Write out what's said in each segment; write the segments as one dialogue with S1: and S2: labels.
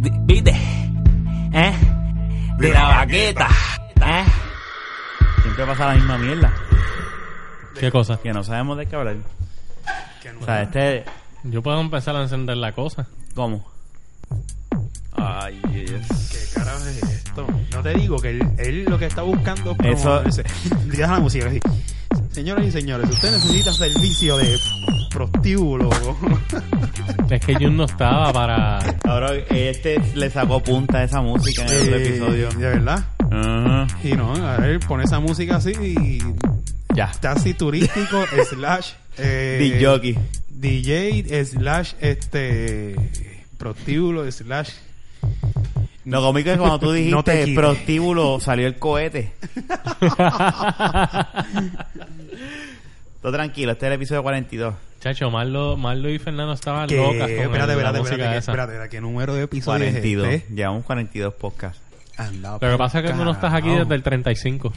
S1: di- ¿viste? ¿Eh? De la baqueta. ¿Eh?
S2: Siempre pasa la misma mierda.
S3: ¿Qué cosa?
S2: Que no sabemos de qué hablar.
S4: Que no-
S2: O sea, este.
S3: Yo puedo empezar a encender la cosa.
S2: ¿Cómo? Ay, yes.
S4: ¿Qué carajo es esto? No te digo que él, él lo que está buscando es como-
S2: Eso-
S4: ese- Deja la música así. Señoras y señores, usted necesita servicio de prostíbulo.
S3: Es que yo no estaba para...
S2: Ahora, este le sacó punta a esa música en el otro
S4: Eh,
S2: episodio.
S4: De verdad.
S2: Ajá.
S4: Y no, a ver, pone esa música así y
S2: Ya.
S4: taxi turístico slash eh,
S2: Disc jockey.
S4: DJ slash este prostíbulo slash
S2: Lo cómico es cuando tú dijiste
S4: No te quites.
S2: prostíbulo, salió el cohete. Todo tranquilo, este es el episodio 42.
S3: Chacho, Marlo, Marlo y Fernando estaban
S4: que
S3: locas con
S4: espérate, espérate,
S3: la
S4: espérate,
S3: música
S4: espérate,
S3: esa.
S4: espérate, espérate, qué número de episodio es
S2: 42.
S4: este?
S2: Llevamos 42 podcasts.
S4: Anda,
S3: Lo que pasa es que tú no estás aquí
S4: carajo.
S3: desde el 35.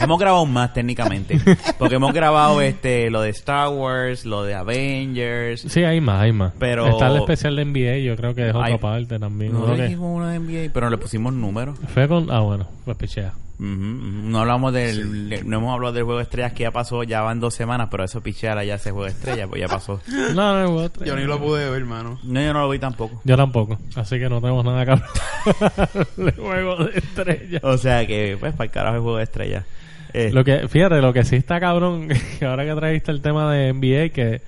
S2: Hemos grabado más técnicamente. Porque hemos grabado este lo de Star Wars, lo de Avengers.
S3: Sí, hay más, hay más.
S2: Pero-
S3: Está el especial de NBA, yo creo que es otra
S2: Hay-
S3: parte también.
S2: No
S3: Creo que-
S2: dijimos uno de NBA, pero le pusimos números.
S3: Fue con... Ah, bueno, pues pichea.
S2: Ujú, ujú. No hablamos del, le- no hemos hablado del juego de estrellas que ya pasó, ya van dos semanas, pero eso pichara ya ese juego de estrellas, pues ya pasó.
S3: No, no, hubo otra.
S4: Yo ni lo pude ver, hermano.
S2: No, yo no lo vi tampoco.
S3: Yo tampoco. Así que no tenemos nada que hablar de juego de estrellas.
S2: O sea que, pues, para el carajo el juego de estrellas. Eh,
S3: Lo que, fíjate, lo que sí está cabrón, que ahora que trajiste el tema de NBA, que
S2: Lo
S3: estás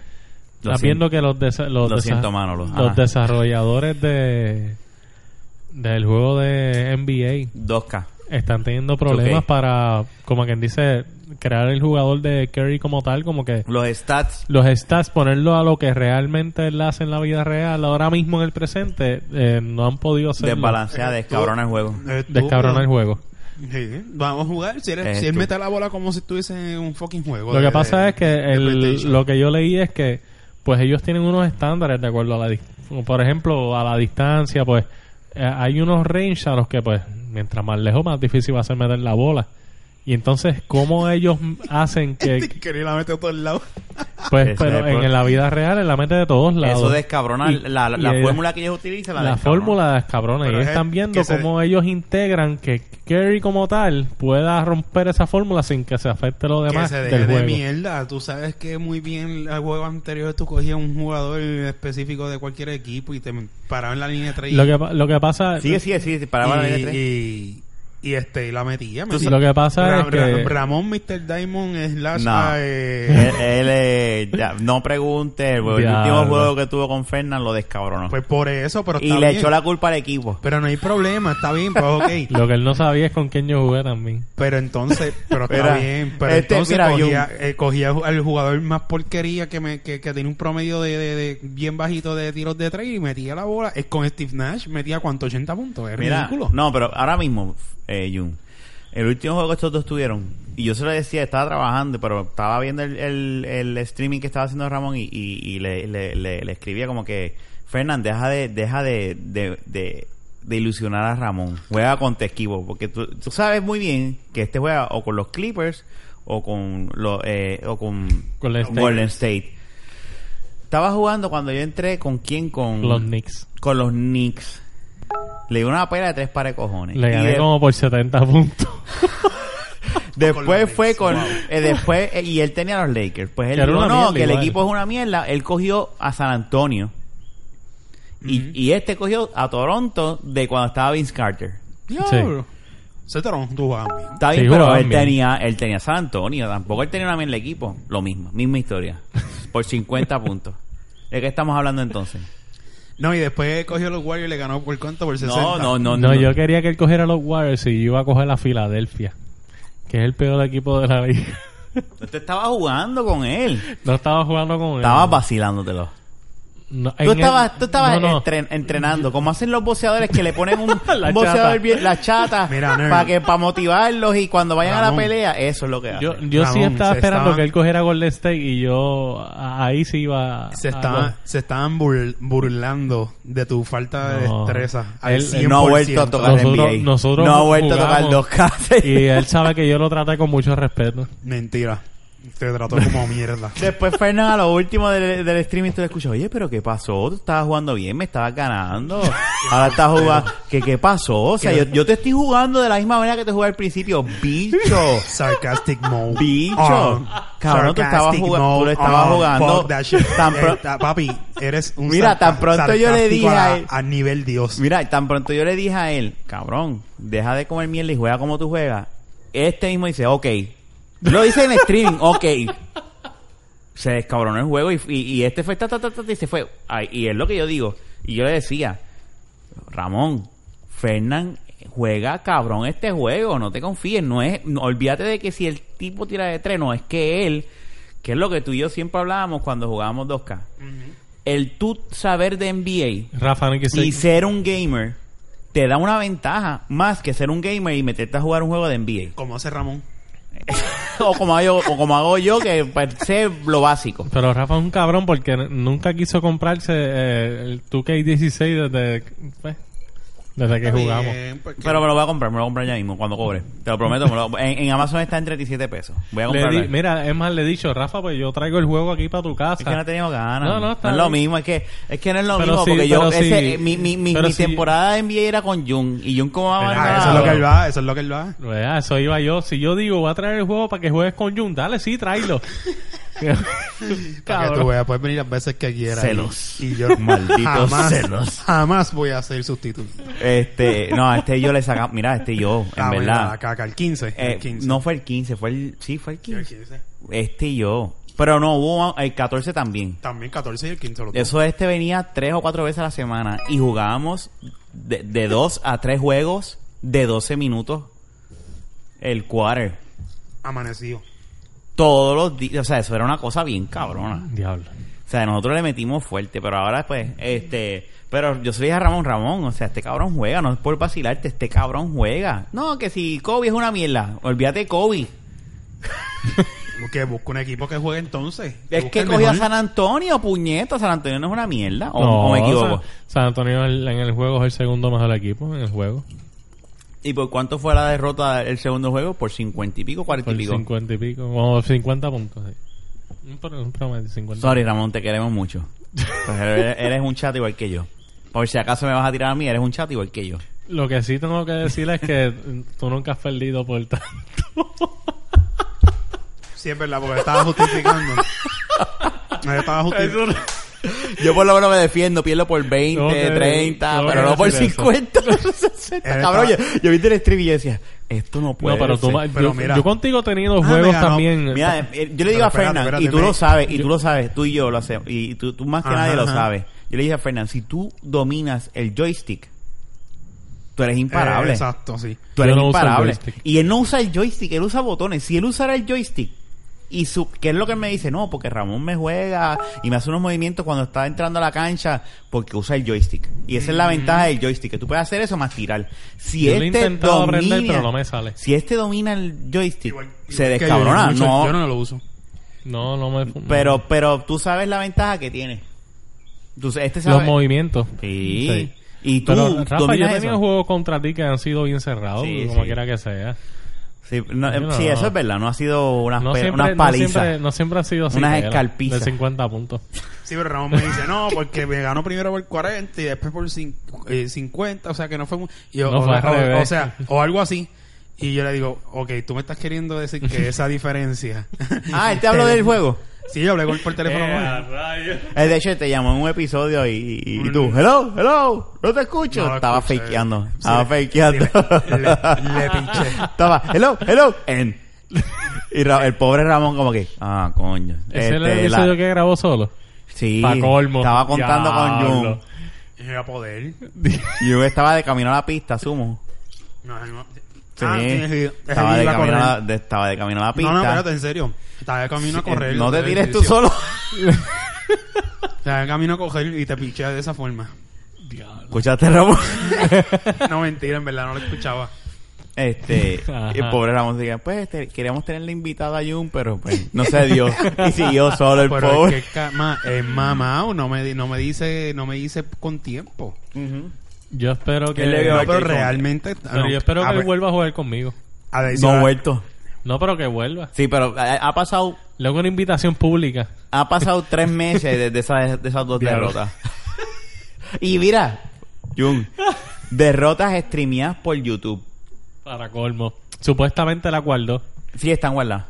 S2: siento.
S3: viendo que los, desa- los,
S2: Lo
S3: desa-
S2: siento, Manolo. Ajá.
S3: los desarrolladores de del juego de NBA
S2: 2K.
S3: están teniendo problemas
S2: Ok.
S3: para, como quien dice, crear el jugador de Curry como tal, como que
S2: Los stats.
S3: los stats, ponerlo a lo que realmente él hace en la vida real, ahora mismo en el presente, eh, no han podido hacerlo.
S2: Desbalancea, descabrona el juego.
S3: Descabrona el juego.
S4: Sí, vamos a jugar. Si, eres-
S2: Es
S4: si él
S2: tú.
S4: mete la bola como si estuviese en un fucking juego.
S3: Lo
S4: de-
S3: que pasa
S4: de-
S3: es que
S4: de
S3: el,
S4: PlayStation.
S3: lo que yo leí es que pues ellos tienen unos estándares de acuerdo a la dis- por ejemplo a la distancia pues eh, hay unos range a los que pues mientras más lejos más difícil va a ser meter la bola y entonces cómo ellos hacen que
S4: Que ni la mete a todos lados.
S3: pues
S2: Ese
S3: pero
S2: es el
S3: en la vida real en la mete de todos lados
S2: Eso descabrona.
S3: Y-
S2: la la- la
S3: y-
S2: fórmula que ellos utilizan, la,
S3: la
S2: descabrona.
S3: fórmula de cabrona y
S4: Pero es
S3: están
S4: que
S3: viendo
S4: se-
S3: cómo ellos integran que Kerry como tal pueda romper esa fórmula sin que se afecte lo
S4: Que
S3: demás
S4: se deje
S3: del
S4: de
S3: juego
S4: mierda. Tú sabes que muy bien el juego anterior tú cogías un jugador específico de cualquier equipo y te paraba en la línea de tres.
S3: lo que pa- lo que pasa
S2: Sigue, sigue, sigue. Para la
S4: y,
S2: letra.
S4: y, y este, y la metía. metía.
S3: lo que pasa
S4: Ra-
S3: es que
S4: Ra- Ramón Mr. Diamond slash...
S2: No.
S4: ah,
S2: Él,
S4: eh,
S2: él, eh, ya, no pregunte. El, el último
S3: Diablo.
S2: juego que tuvo con Fernan lo descabronó.
S4: pues por eso, pero
S2: y
S4: está
S2: le
S4: bien.
S2: echó la culpa al equipo.
S4: Pero no hay problema, está bien, pues ok.
S3: Lo que él no sabía es con quién yo jugué también.
S4: Pero entonces, pero está
S2: Mira,
S4: bien. Pero
S2: este,
S4: entonces
S2: mira, yo-
S4: cogía, eh, cogía al jugador más porquería que, me, que, que tiene un promedio de, de- de bien bajito de tiros de tres y metía la bola. Es con Steve Nash, metía cuánto, 80 puntos. Es
S2: Mira,
S4: ridículo.
S2: no, pero ahora mismo, eh, Jun, el último juego que estos dos tuvieron, y yo se lo decía, estaba trabajando, pero estaba viendo el, el- el streaming que estaba haciendo Ramón y, y- y le, le- le- le escribía como que, Fernán, deja de, deja de, de- de- de ilusionar a Ramón, juega con Tequivo, porque tú, tú sabes muy bien que este juega o con los Clippers o con, los eh, o con
S3: Golden State.
S2: Golden State. Estaba jugando cuando yo entré con quién, con
S3: Los Knicks.
S2: con los Knicks. Le dio una pela de tres pares de cojones.
S3: Le
S2: Y
S3: gané
S2: de-
S3: como por 70 puntos.
S2: Después
S4: Con los
S2: fue
S4: Knicks,
S2: con...
S4: wow.
S2: eh, después eh, Y él tenía los Lakers. Pues él
S3: Que era
S2: dijo,
S3: una
S2: no,
S3: mierda
S2: que el
S3: igual".
S2: equipo es una mierda. Él cogió a San Antonio. Y, y este cogió a Toronto de cuando estaba Vince Carter.
S4: Diablo. Se tronó tu amigo.
S2: Está
S3: Sí,
S2: bien, pero
S3: jugaban
S2: él
S3: bien.
S2: tenía, él tenía San Antonio. Tampoco él tenía una mierda de equipo. Lo mismo. Misma historia. Por 50 puntos. ¿De qué estamos hablando entonces?
S4: No, y después cogió los Warriors y le ganó por cuánto, por 60.
S2: No, no, no.
S3: No, yo quería que él cogiera los Warriors y yo iba a coger a Filadelfia. Que es el peor equipo de la liga.
S2: No te estaba jugando con él.
S3: No estaba jugando con él.
S2: Estabas vacilándotelo.
S3: No, en
S2: Tú
S3: el-
S2: estabas, tú estabas
S3: no, no.
S2: entren- entrenando, como hacen los boxeadores que le ponen un,
S3: La
S2: un boxeador
S3: chata.
S2: bien, la chata,
S4: Mira, nerd.
S2: para que para motivarlos y cuando vayan a la
S4: Ramón.
S2: pelea, eso es lo que hacen.
S3: Yo, yo sí
S4: Ramón,
S3: estaba
S4: se
S3: esperando
S4: estaban-
S3: que él cogiera Golden State y yo a- ahí sí iba a-
S4: Se
S3: a-
S4: estaban, se estaban bur- burlando de tu falta de
S3: No.
S4: destreza. al
S3: Él- él
S2: no ha vuelto a
S4: 100%.
S2: tocar
S3: Nosotros-
S2: NBA.
S3: nosotros
S2: no ha vuelto a tocar
S3: jugamos
S2: dos casas.
S3: Y él sabe que yo lo traté con mucho respeto.
S4: Mentira. Te trató como mierda.
S2: Después Fernan a lo último del, del streaming tú le escuchas, oye, pero ¿qué pasó? Tú estabas jugando bien, me estabas ganando. Ahora estás jugando... ¿Qué, ¿Qué pasó? O sea, yo, yo te estoy jugando de la misma manera que te jugué al principio, bicho.
S4: Sarcastic mode.
S2: Bicho.
S4: On.
S2: Cabrón, tú estabas
S4: Sarcastic
S2: jugando- tú le
S4: mode
S2: estabas
S4: on.
S2: jugando.
S4: Fuck that shit.
S2: Tan pro-
S4: Eh, ta- papi, eres un
S2: Mira,
S4: sarca-
S2: tan pronto yo le dije
S4: sarcástico
S2: a
S4: a,
S2: él-
S4: a nivel Dios.
S2: Mira, tan pronto yo le dije a él, cabrón, deja de comer mierda y juega como tú juegas. Este mismo dice, ok. Lo dice en streaming, ok. Se descabronó el juego y, y, y este fue, ta, ta, ta, ta, y se fue. Ay, y es lo que yo digo. Y yo le decía, Ramón, Fernán juega cabrón este juego, no te confíes, no es, no, olvídate de que si el tipo tira de tres, no es que él, que es lo que tú y yo siempre hablábamos cuando jugábamos 2K. El tú saber de NBA,
S3: Rafa, no hay que ser-
S2: y ser un gamer te da una ventaja más que ser un gamer y meterte a jugar un juego de NBA.
S4: Como hace Ramón.
S2: o, como hago, o como hago yo, que pues, sé lo básico.
S3: Pero Rafa es un cabrón porque n- nunca quiso comprarse eh, el 2K16 desde, pues, desde que
S4: Está
S3: jugamos.
S4: bien, porque-
S2: Pero me lo voy a comprar, me lo voy a comprar ya mismo, cuando cobre. Te lo prometo. me lo- en, en Amazon está en 37 pesos. Voy a
S3: Le di-
S2: comprarlo. ahí.
S3: mira, es más, le he dicho, Rafa, pues yo traigo el juego aquí para tu casa.
S2: Es que no tenemos ganas.
S3: No,
S2: No,
S3: no, está
S2: es lo
S3: bien.
S2: mismo. Es que, es que no es lo
S3: Pero
S2: mismo.
S3: sí,
S2: porque yo,
S3: pero
S2: ese-
S3: sí.
S2: eh, mi, mi, mi,
S3: Pero
S2: mi
S3: sí.
S2: temporada de NBA era con Jun. Y Jun como va
S4: Ah, eso es lo que él va, eso es lo que él va.
S3: Vea, eso iba yo. Si yo digo, voy a traer el juego para que juegues con Jun, dale, sí, tráelo.
S4: Para que tú
S3: cabrón.
S4: veas, puedes venir las veces que quieras.
S2: Celos.
S4: Y, y yo
S2: Malditos
S4: jamás,
S2: celos.
S4: jamás voy a ser sustituto.
S2: Este, no, a este yo le sacamos. Mira, a este yo, en
S4: Ah, bueno,
S2: verdad.
S4: Acá, acá, el 15.
S2: Eh,
S4: el 15.
S2: no fue el 15, fue el. Sí, fue el
S4: El
S2: 15.
S4: 15.
S2: Este y yo. Pero no, hubo el 14 también.
S4: También 14 y el 15. Los dos.
S2: Eso este venía tres o cuatro veces a la semana y jugábamos de, de dos a tres juegos de 12 minutos el quarter.
S4: Amanecido.
S2: Todos los días. O sea, eso era una cosa bien cabrona.
S3: Diablo.
S2: O sea, nosotros le metimos fuerte, pero ahora pues, este, pero yo soy a Ramón Ramón, o sea, este cabrón juega, no es por vacilarte, este cabrón juega. No, que si Kobe es una mierda, olvídate de Kobe.
S4: Que busca un equipo que juegue entonces.
S2: Es
S4: busca
S2: que
S4: el
S2: cogió a
S4: mejor.
S2: San Antonio, puñeta. San Antonio no es una mierda. O,
S3: No,
S2: o me equivoco.
S3: San, San Antonio en el- en el juego es el segundo mejor equipo en el juego.
S2: ¿Y por cuánto fue la derrota el segundo juego? Por 50 y pico, 40 y
S3: Por
S2: pico.
S3: 50 y pico. O 50 puntos, sí. Un, pro- un promedio de 50.
S2: Sorry, Ramón, te queremos mucho. Pues eres, eres un chat igual que yo. Por si acaso me vas a tirar a mí, eres un chat igual que yo.
S3: Lo que sí tengo que decir es que tú nunca has perdido por tanto.
S4: Sí, es verdad, porque estaba justificando. No, estaba eh, justificando.
S2: Yo por lo menos me defiendo, pierdo por 20,
S3: Tengo que-
S2: 30,
S3: tengo
S2: pero
S3: que
S2: no por
S3: decir eso.
S2: 50, por 60. Cabrón, yo, yo vi el stream y yo decía, esto no puede
S3: No, pero tú
S2: ser.
S3: ma-
S4: Pero
S3: yo,
S4: mira.
S3: yo contigo he tenido
S4: Ah,
S3: juegos
S4: mira, no.
S3: también.
S2: Mira, eh, eh, yo le digo
S4: Pero
S2: a
S4: espérate,
S2: Fernan, y
S4: espérate,
S2: tú lo
S4: me-
S2: sabes, y tú lo sabes, tú y yo lo hacemos, y tú, tú más que
S4: Ajá,
S2: nadie lo
S4: ajá.
S2: sabes. Yo le dije a Fernan, si tú dominas el joystick, tú eres
S4: Eh,
S2: imparable.
S4: exacto, sí.
S2: tú eres
S3: Yo no uso el
S2: imparable.
S3: joystick.
S2: Y él no usa el joystick, él usa botones. Si él usara el joystick, y su, ¿qué es lo que él me dice? No, porque Ramón me juega y me hace unos movimientos cuando está entrando a la cancha porque usa el joystick. Y esa es la ventaja del joystick, que tú puedes hacer eso más tirar. Si
S3: Yo lo
S2: este
S3: he intentado
S2: domina,
S3: aprender, pero no me sale.
S2: Si este domina el joystick,
S4: Igual-
S2: se
S4: igual que yo,
S2: descabrona.
S4: mucho-
S2: no,
S4: Yo no lo uso.
S3: No, no me.
S2: pero, pero tú sabes la ventaja que tiene. Tú, sa- este
S3: los
S2: sabe.
S3: movimientos.
S2: sí.
S3: Sí.
S2: Y tú
S3: Pero, Rafa, yo he
S2: dominas
S3: tenido
S2: eso.
S3: juegos contra ti que han sido bien cerrados,
S2: Sí,
S3: como
S2: sí.
S3: quiera que sea.
S2: Sí, no, eh,
S3: Yo no.
S2: sí, eso es verdad. No ha sido unas,
S3: No
S2: pe-
S3: siempre,
S2: unas
S3: no,
S2: palizas.
S3: siempre, no siempre ha sido así.
S2: Unas
S3: Miguel,
S2: escalpizas.
S3: De 50 puntos.
S4: Sí, pero Ramón me dice, no, porque me ganó primero por 40 y después por cin- eh, 50, o sea que no fue muy... y yo,
S3: No,
S4: o,
S3: fue al
S4: o-
S3: revés.
S4: o sea, o algo así. Y yo le digo, ok, tú me estás queriendo decir que esa diferencia...
S2: Ah, él te habló del juego.
S4: Sí, yo hablé con- por teléfono con él.
S2: Eh, de hecho, él te llamó en un episodio y, y- y tú, hello, hello, no te escucho.
S4: No lo
S2: Estaba
S4: escuché.
S2: fakeando.
S4: Sí,
S2: Estaba
S4: le-
S2: fakeando.
S4: sí, le- le- le pinché.
S2: Estaba, hello, hello, en. Y Ra- el pobre Ramón como que, ah, coño.
S3: Ese es el
S2: Este, la-
S3: episodio que grabó solo.
S2: Sí,
S3: Pa' colmo.
S2: estaba contando con
S3: Diablo.
S2: Jun.
S4: Y yo, a poder.
S2: Jun estaba de camino a la pista, sumo.
S4: No, no.
S2: Sí.
S4: Ah, tienes que- es el
S2: estaba,
S4: que
S2: de
S4: iba a
S2: camino a la,
S4: correr.
S2: de- estaba de camino a la pista.
S4: No, no, espérate, en serio. Estaba de camino a correr.
S2: Eh, no te
S4: del
S2: tires tú
S4: edificio.
S2: solo.
S4: Estaba de camino a correr y te pinché de esa forma.
S2: Escuchaste, Ramón.
S4: No, mentira, en verdad no lo escuchaba.
S2: Este,
S3: Ajá.
S2: y el pobre Ramón diga, pues este, queríamos tenerle invitado a Jun, pero pues no se dio. y siguió solo el
S4: Pero
S2: pobre.
S4: es que ca- ma- es mamado, no me, di- no me dice, no me dice con tiempo.
S2: Ujú.
S3: Yo espero que.
S2: Él le dio- Ah, pues.
S4: No,
S2: que
S4: pero
S2: con-
S4: realmente.
S3: pero
S4: no,
S3: yo espero
S4: a
S3: que él
S4: ver,
S3: vuelva a jugar conmigo.
S4: a ver, si
S2: No ha
S4: ahora-
S2: vuelto.
S3: No, pero que vuelva.
S2: Sí, pero eh, ha pasado
S3: Luego una invitación pública.
S2: ha pasado tres meses desde esas, de esas dos
S3: Diablo.
S2: derrotas. y mira, Jun, derrotas streameadas por YouTube.
S3: Para colmo. Supuestamente la guardó.
S2: Sí, está en guarda.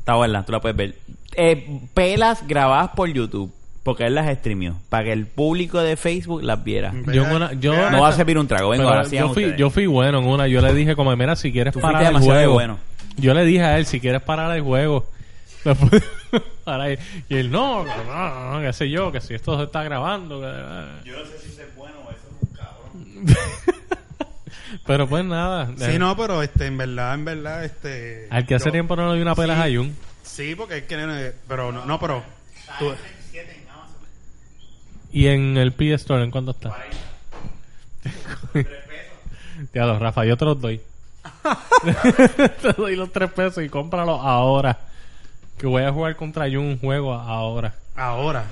S2: Está en guarda, tú la puedes ver. Eh, pelas grabadas por YouTube, porque él las streameó, para que el público de Facebook las viera.
S3: Yo en una- yo-
S4: Vean
S2: No va a
S4: esta-
S2: servir un trago, vengo
S3: Mm. Pero
S2: ahora sí.
S3: yo,
S2: hagan
S3: fui,
S2: ustedes.
S3: yo fui bueno en una. Yo le dije como, mira, si quieres
S2: Tú fuiste
S3: parar el
S2: demasiado
S3: juego.
S2: bueno.
S3: Yo le dije a él, si quieres parar el juego. después- para él. Y él, no, no, no, no, qué sé yo, que si esto se está grabando. que-
S2: no sé si es bueno o eso
S3: Pero pues nada.
S4: Sí, no, pero este, en verdad, en verdad, este.
S3: Al que hace
S4: yo-
S3: tiempo no le doy una pela
S4: Sí.
S3: a Jun.
S4: Sí, porque es que. eh, Pero no, no pero. tú-
S3: Y en el PS Store, ¿en cuánto está? Ya los Rafa, yo te los doy. te doy los tres pesos y cómpralos ahora. Que voy a jugar contra Jun un juego ahora.
S4: ahora.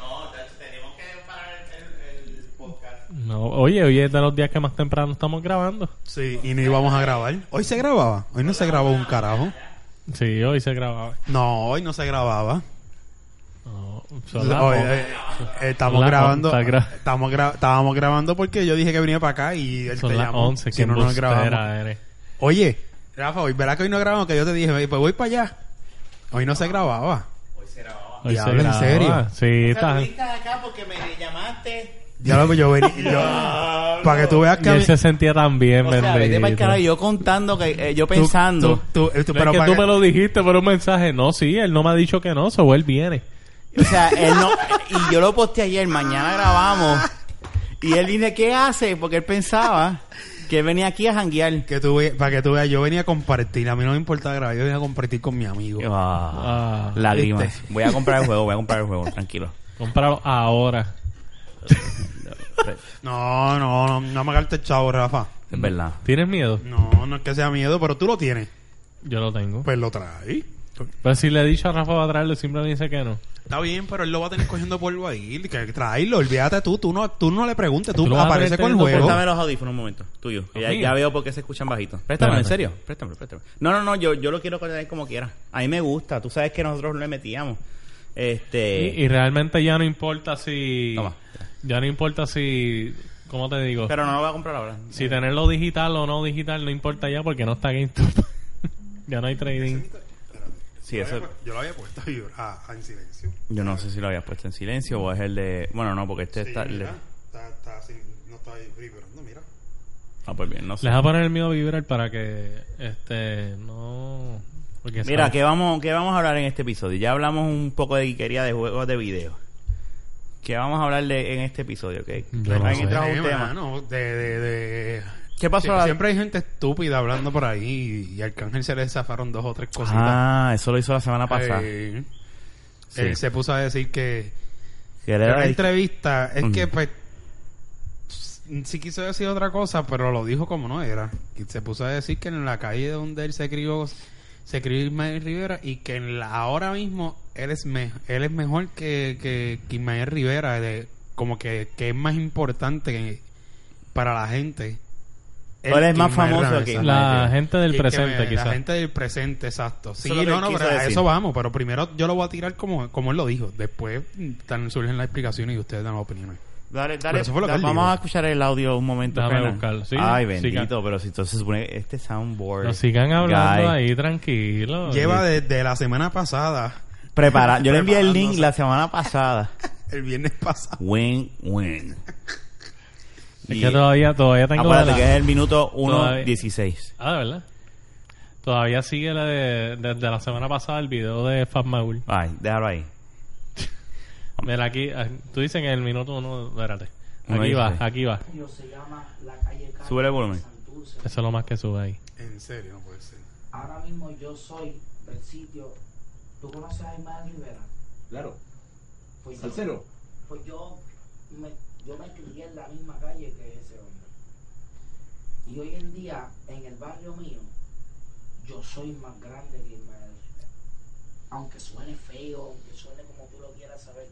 S3: No, oye, hoy es de los días que más temprano estamos grabando.
S4: Sí, y no íbamos a grabar. Hoy se grababa. Hoy no se grabó un carajo.
S3: Sí, hoy se grababa.
S4: No, hoy no se grababa.
S3: No, son las
S4: Hoy,
S3: once.
S4: eh, eh, estamos
S3: La
S4: grabando.
S3: onta gra-
S4: Estamos gra- estábamos grabando porque yo dije que venía para acá y él te
S3: son las
S4: llamó.
S3: 11.
S4: Si
S3: qué
S4: no, no nos
S3: embustera
S4: grabamos.
S3: eres.
S4: Oye, Rafa, hoy verá que hoy no grabamos, que yo te dije, pues voy para allá. Hoy no se grababa.
S3: Hoy se
S4: Diablo, ¿en
S3: grababa.
S4: serio?
S3: Sí, está.
S1: acá porque me llamaste.
S4: Ya lo yo venía. yo- para que tú veas
S3: Y
S4: que.
S3: él se sentía tan bien,
S2: O sea, vete pa'l carajo,
S3: bendito.
S2: yo contando, que, eh, yo pensando.
S4: Tú- eh, tú-
S3: Pero
S4: tú- pero
S3: es que
S4: para
S3: tú
S4: que-
S3: me lo dijiste por un mensaje. No, sí, él no me ha dicho que no, so él viene.
S2: O sea, él no. Y yo lo posté ayer, mañana grabamos. Y él dice, ¿qué hace? Porque él pensaba que él venía aquí a janguear.
S4: que tú ve- para que tú veas, yo venía a compartir. A mí no me importaba grabar, yo venía a compartir con mi amigo.
S2: Ah,
S3: Ah,
S2: lágrimas.
S4: ¿viste?
S2: Voy a comprar el juego, voy a comprar el juego, tranquilo.
S3: Cómpralo ahora.
S4: No, no, no, no me hagas el chavo, Rafa.
S2: Es verdad.
S3: ¿Tienes miedo?
S4: No, no es que sea miedo, pero tú lo tienes.
S3: Yo lo tengo.
S4: Pues lo traes.
S3: Pero pues si le he dicho a Rafa va a traerlo, siempre me dice que no.
S4: Está bien, pero él lo va a tener cogiendo polvo ahí. Que traerlo, olvídate tú. Tú no, tú no le preguntes,
S3: Tú
S4: tú
S3: lo vas a
S4: apareces
S3: tener
S4: con el
S3: teniendo
S4: juego.
S2: Préstame los audífonos un momento, tuyo.
S3: Los
S2: Ya,
S3: míos.
S2: ya veo por qué se escuchan bajitos. Préstamelo, en
S3: Espérate.
S2: serio. Préstamelo, préstamelo. No, no, no, yo, yo lo quiero tener como quiera. A mí me gusta. Tú sabes que nosotros le metíamos. Este.
S3: Y, y realmente ya no importa si...
S2: Toma.
S3: Ya no importa si... ¿Cómo te digo?
S2: Pero no lo voy a comprar ahora.
S3: Si tenerlo digital o no digital no importa ya porque no está GameStop. ya no hay trading.
S2: Sí, eso.
S4: Yo lo había puesto a vibrar en silencio.
S2: Yo no sé si lo habías puesto en silencio o es el de. Bueno, no, porque este está. el de-
S4: no está vibrando, mira.
S2: Ah, pues bien, no sé.
S3: Les voy a poner el mío a vibrar para que... Este... No... Porque
S2: Mira,
S3: sabe-
S2: ¿qué vamos, ¿qué vamos a hablar en este episodio? Ya hablamos un poco de guiquería de juegos de video. ¿Qué vamos a hablar de, en este episodio? ¿Qué,
S3: Yo no
S2: Alguien
S3: sé.
S2: trajo un tema.
S4: de, de, de...
S2: ¿Qué pasó?
S4: Sie-
S2: la-
S4: Siempre hay gente estúpida hablando por ahí y al Cángel se le zafaron dos o tres cositas.
S2: Ah, eso lo hizo la semana pasada.
S4: Eh,
S2: Sí.
S4: Él se puso a decir que
S2: Que él
S4: que
S2: era
S4: la
S2: de-
S4: entrevista es
S2: Ujú.
S4: que pues sí quiso decir otra cosa, pero lo dijo como no era. Y se puso a decir que en la calle donde él se crió se crió Ismael Rivera y que en la- ahora mismo él es me- él es mejor que, que, que Ismael Rivera, de, como que, que es más importante que- para la gente.
S2: Él es más
S4: Ismael
S2: famoso
S4: Rivera,
S2: que-
S4: exacto.
S3: La
S2: Imagínate.
S3: gente del
S4: Y que me-
S3: presente
S4: La
S3: quizás.
S4: gente del presente, exacto. Sí,
S2: Eso es lo que
S4: no, no,
S2: él
S4: pero
S2: quiso
S4: a
S2: decir.
S4: eso vamos. Pero primero yo lo voy a tirar como, como él lo dijo. Después mm, tan surgen las explicaciones y ustedes dan las opiniones.
S2: Dale, dale.
S4: Pero eso fue lo que
S2: da-
S4: él
S2: vamos
S4: dijo.
S2: a escuchar el audio un momento.
S3: Déjame
S2: Fernan.
S3: buscarlo, sí,
S2: Ay,
S3: siga.
S2: bendito, pero si entonces se supone que este soundboard.
S3: No sigan hablando
S2: guy,
S3: ahí, tranquilo.
S4: Lleva desde la semana pasada,
S2: Prepara, yo le envié el link
S4: Preparándose.
S2: la semana pasada.
S4: el viernes pasado.
S2: Win, win.
S3: Es
S2: Y-
S3: que todavía, todavía tengo...
S2: Acuérdate
S3: la-
S2: que es el minuto
S3: Todavía.
S2: 1.16.
S3: Ah, de verdad. Todavía sigue la de, desde la semana pasada el video de Fab Maul.
S2: Ay, déjalo ahí.
S3: Mira, aquí, ah, tú dices en el minuto uno, espérate.
S2: Uno
S3: Aquí va,
S2: dice.
S3: aquí va.
S5: barrio se llama la calle Cali,
S2: Súbele el volumen.
S5: Santurce.
S3: Eso es lo más que sube ahí.
S4: En serio, no puede ser.
S5: Ahora mismo yo soy del sitio. ¿Tú conoces a Ismael Rivera?
S6: Claro,
S5: Pues yo,
S6: salsero.
S5: pues yo me, yo me crié en la misma calle que ese hombre. Y hoy en día, en el barrio mío, yo soy más grande que Ismael Rivera. Aunque suene feo, aunque suene como tú lo quieras saber.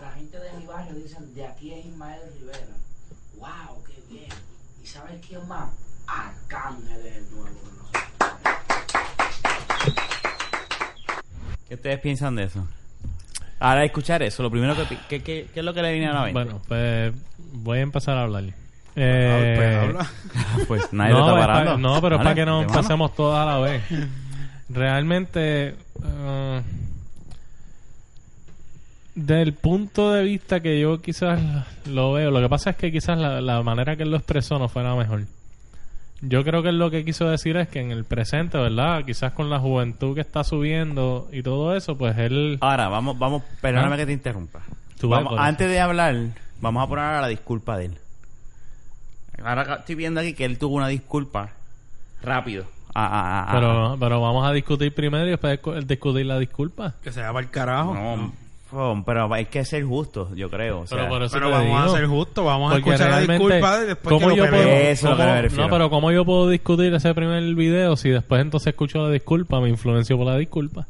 S5: La gente de mi barrio dicen, de aquí es Ismael Rivera. ¡Wow! ¡Qué bien! ¿Y sabes quién más? Arcángel es el nuevo con nosotros.
S2: ¿Qué ustedes piensan de eso? Ahora de escuchar eso, lo primero que... pi- ¿Qué, qué, qué es lo que le viene a la mente?
S3: Bueno, pues voy a empezar a hablar.
S4: Ah,
S3: Eh,
S4: pues habla.
S2: pues nadie lo
S3: no,
S2: está
S3: es pa-
S2: parando.
S3: no, pero
S2: Dale,
S3: es para que
S2: de
S3: no
S2: mano.
S3: pasemos todas a la vez. Realmente, eh, del punto de vista que yo quizás lo veo, lo que pasa es que quizás la, la manera que él lo expresó no fue la mejor. Yo creo que él lo que quiso decir es que en el presente, ¿verdad? Quizás con la juventud que está subiendo y todo eso, pues él...
S2: Ahora, vamos, vamos, perdóname
S3: Ah.
S2: que te interrumpa.
S3: Tú vas
S2: Vamos-
S3: por eso.
S2: antes de hablar, vamos a poner ahora la disculpa de él. Ahora acá estoy viendo aquí que él tuvo una disculpa rápido. Ah, ah, ah, ah.
S3: Pero, pero vamos a discutir primero y después discu- discutir la disculpa.
S4: Que se va para el carajo.
S2: No, no, pero hay que ser justos, yo creo. o sea,
S3: por eso
S4: Pero
S3: te
S4: vamos a
S3: digo.
S4: ser justos, vamos a
S3: Porque
S4: escuchar la
S3: realmente,
S4: disculpa y después
S3: ¿cómo
S4: que
S3: yo
S4: lo
S3: puedo,
S4: peleo.
S2: Eso es lo que
S3: cómo-
S2: me refiero.
S3: No, pero ¿cómo yo puedo discutir ese primer video si después entonces escucho la disculpa, me influencio por la disculpa?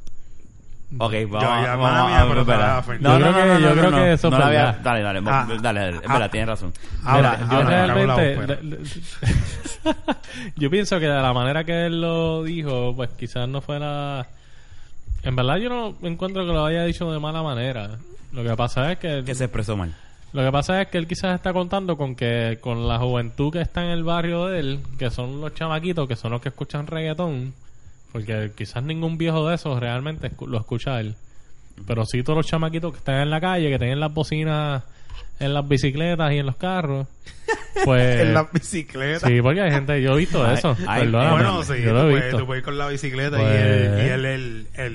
S2: Ok, vamos,
S4: ya,
S2: vamos
S4: mala
S2: a-
S4: mía,
S2: a-
S4: pero
S2: espera.
S4: estaba feliz.
S2: No,
S3: Yo
S2: no,
S3: creo
S2: no,
S3: que-
S2: no,
S3: yo
S2: no,
S3: creo
S2: no,
S3: que eso
S2: no
S3: fue
S2: la había-
S3: ya.
S2: Dale, dale,
S4: Ah,
S2: dale, dale,
S4: ah,
S2: espera,
S4: ah.
S2: tienes razón.
S4: Habla,
S3: Mira,
S4: habla,
S3: yo
S4: habla,
S3: realmente...
S4: habla, opera.
S3: le- le- yo pienso que de la manera que él lo dijo, pues quizás no fuera... En verdad yo no encuentro que lo haya dicho de mala manera. Lo que pasa es que...
S2: Que se expresó mal.
S3: Lo que pasa es que él quizás está contando con que con la juventud que está en el barrio de él, que son los chamaquitos, que son los que escuchan reggaetón, porque quizás ningún viejo de esos realmente escu- lo escucha a él. Pero sí todos los chamaquitos que están en la calle, que tienen las bocinas en las bicicletas y en los carros, pues...
S4: En la bicicleta.
S3: Sí, porque hay gente, yo he visto
S2: Ay,
S3: eso,
S2: ay,
S3: perdóname,
S4: Bueno, sí,
S3: Ah, yo
S4: tú,
S3: lo he
S4: puedes,
S3: visto.
S4: tú puedes ir con la bicicleta y
S3: Pues-
S4: el, y el, el, el,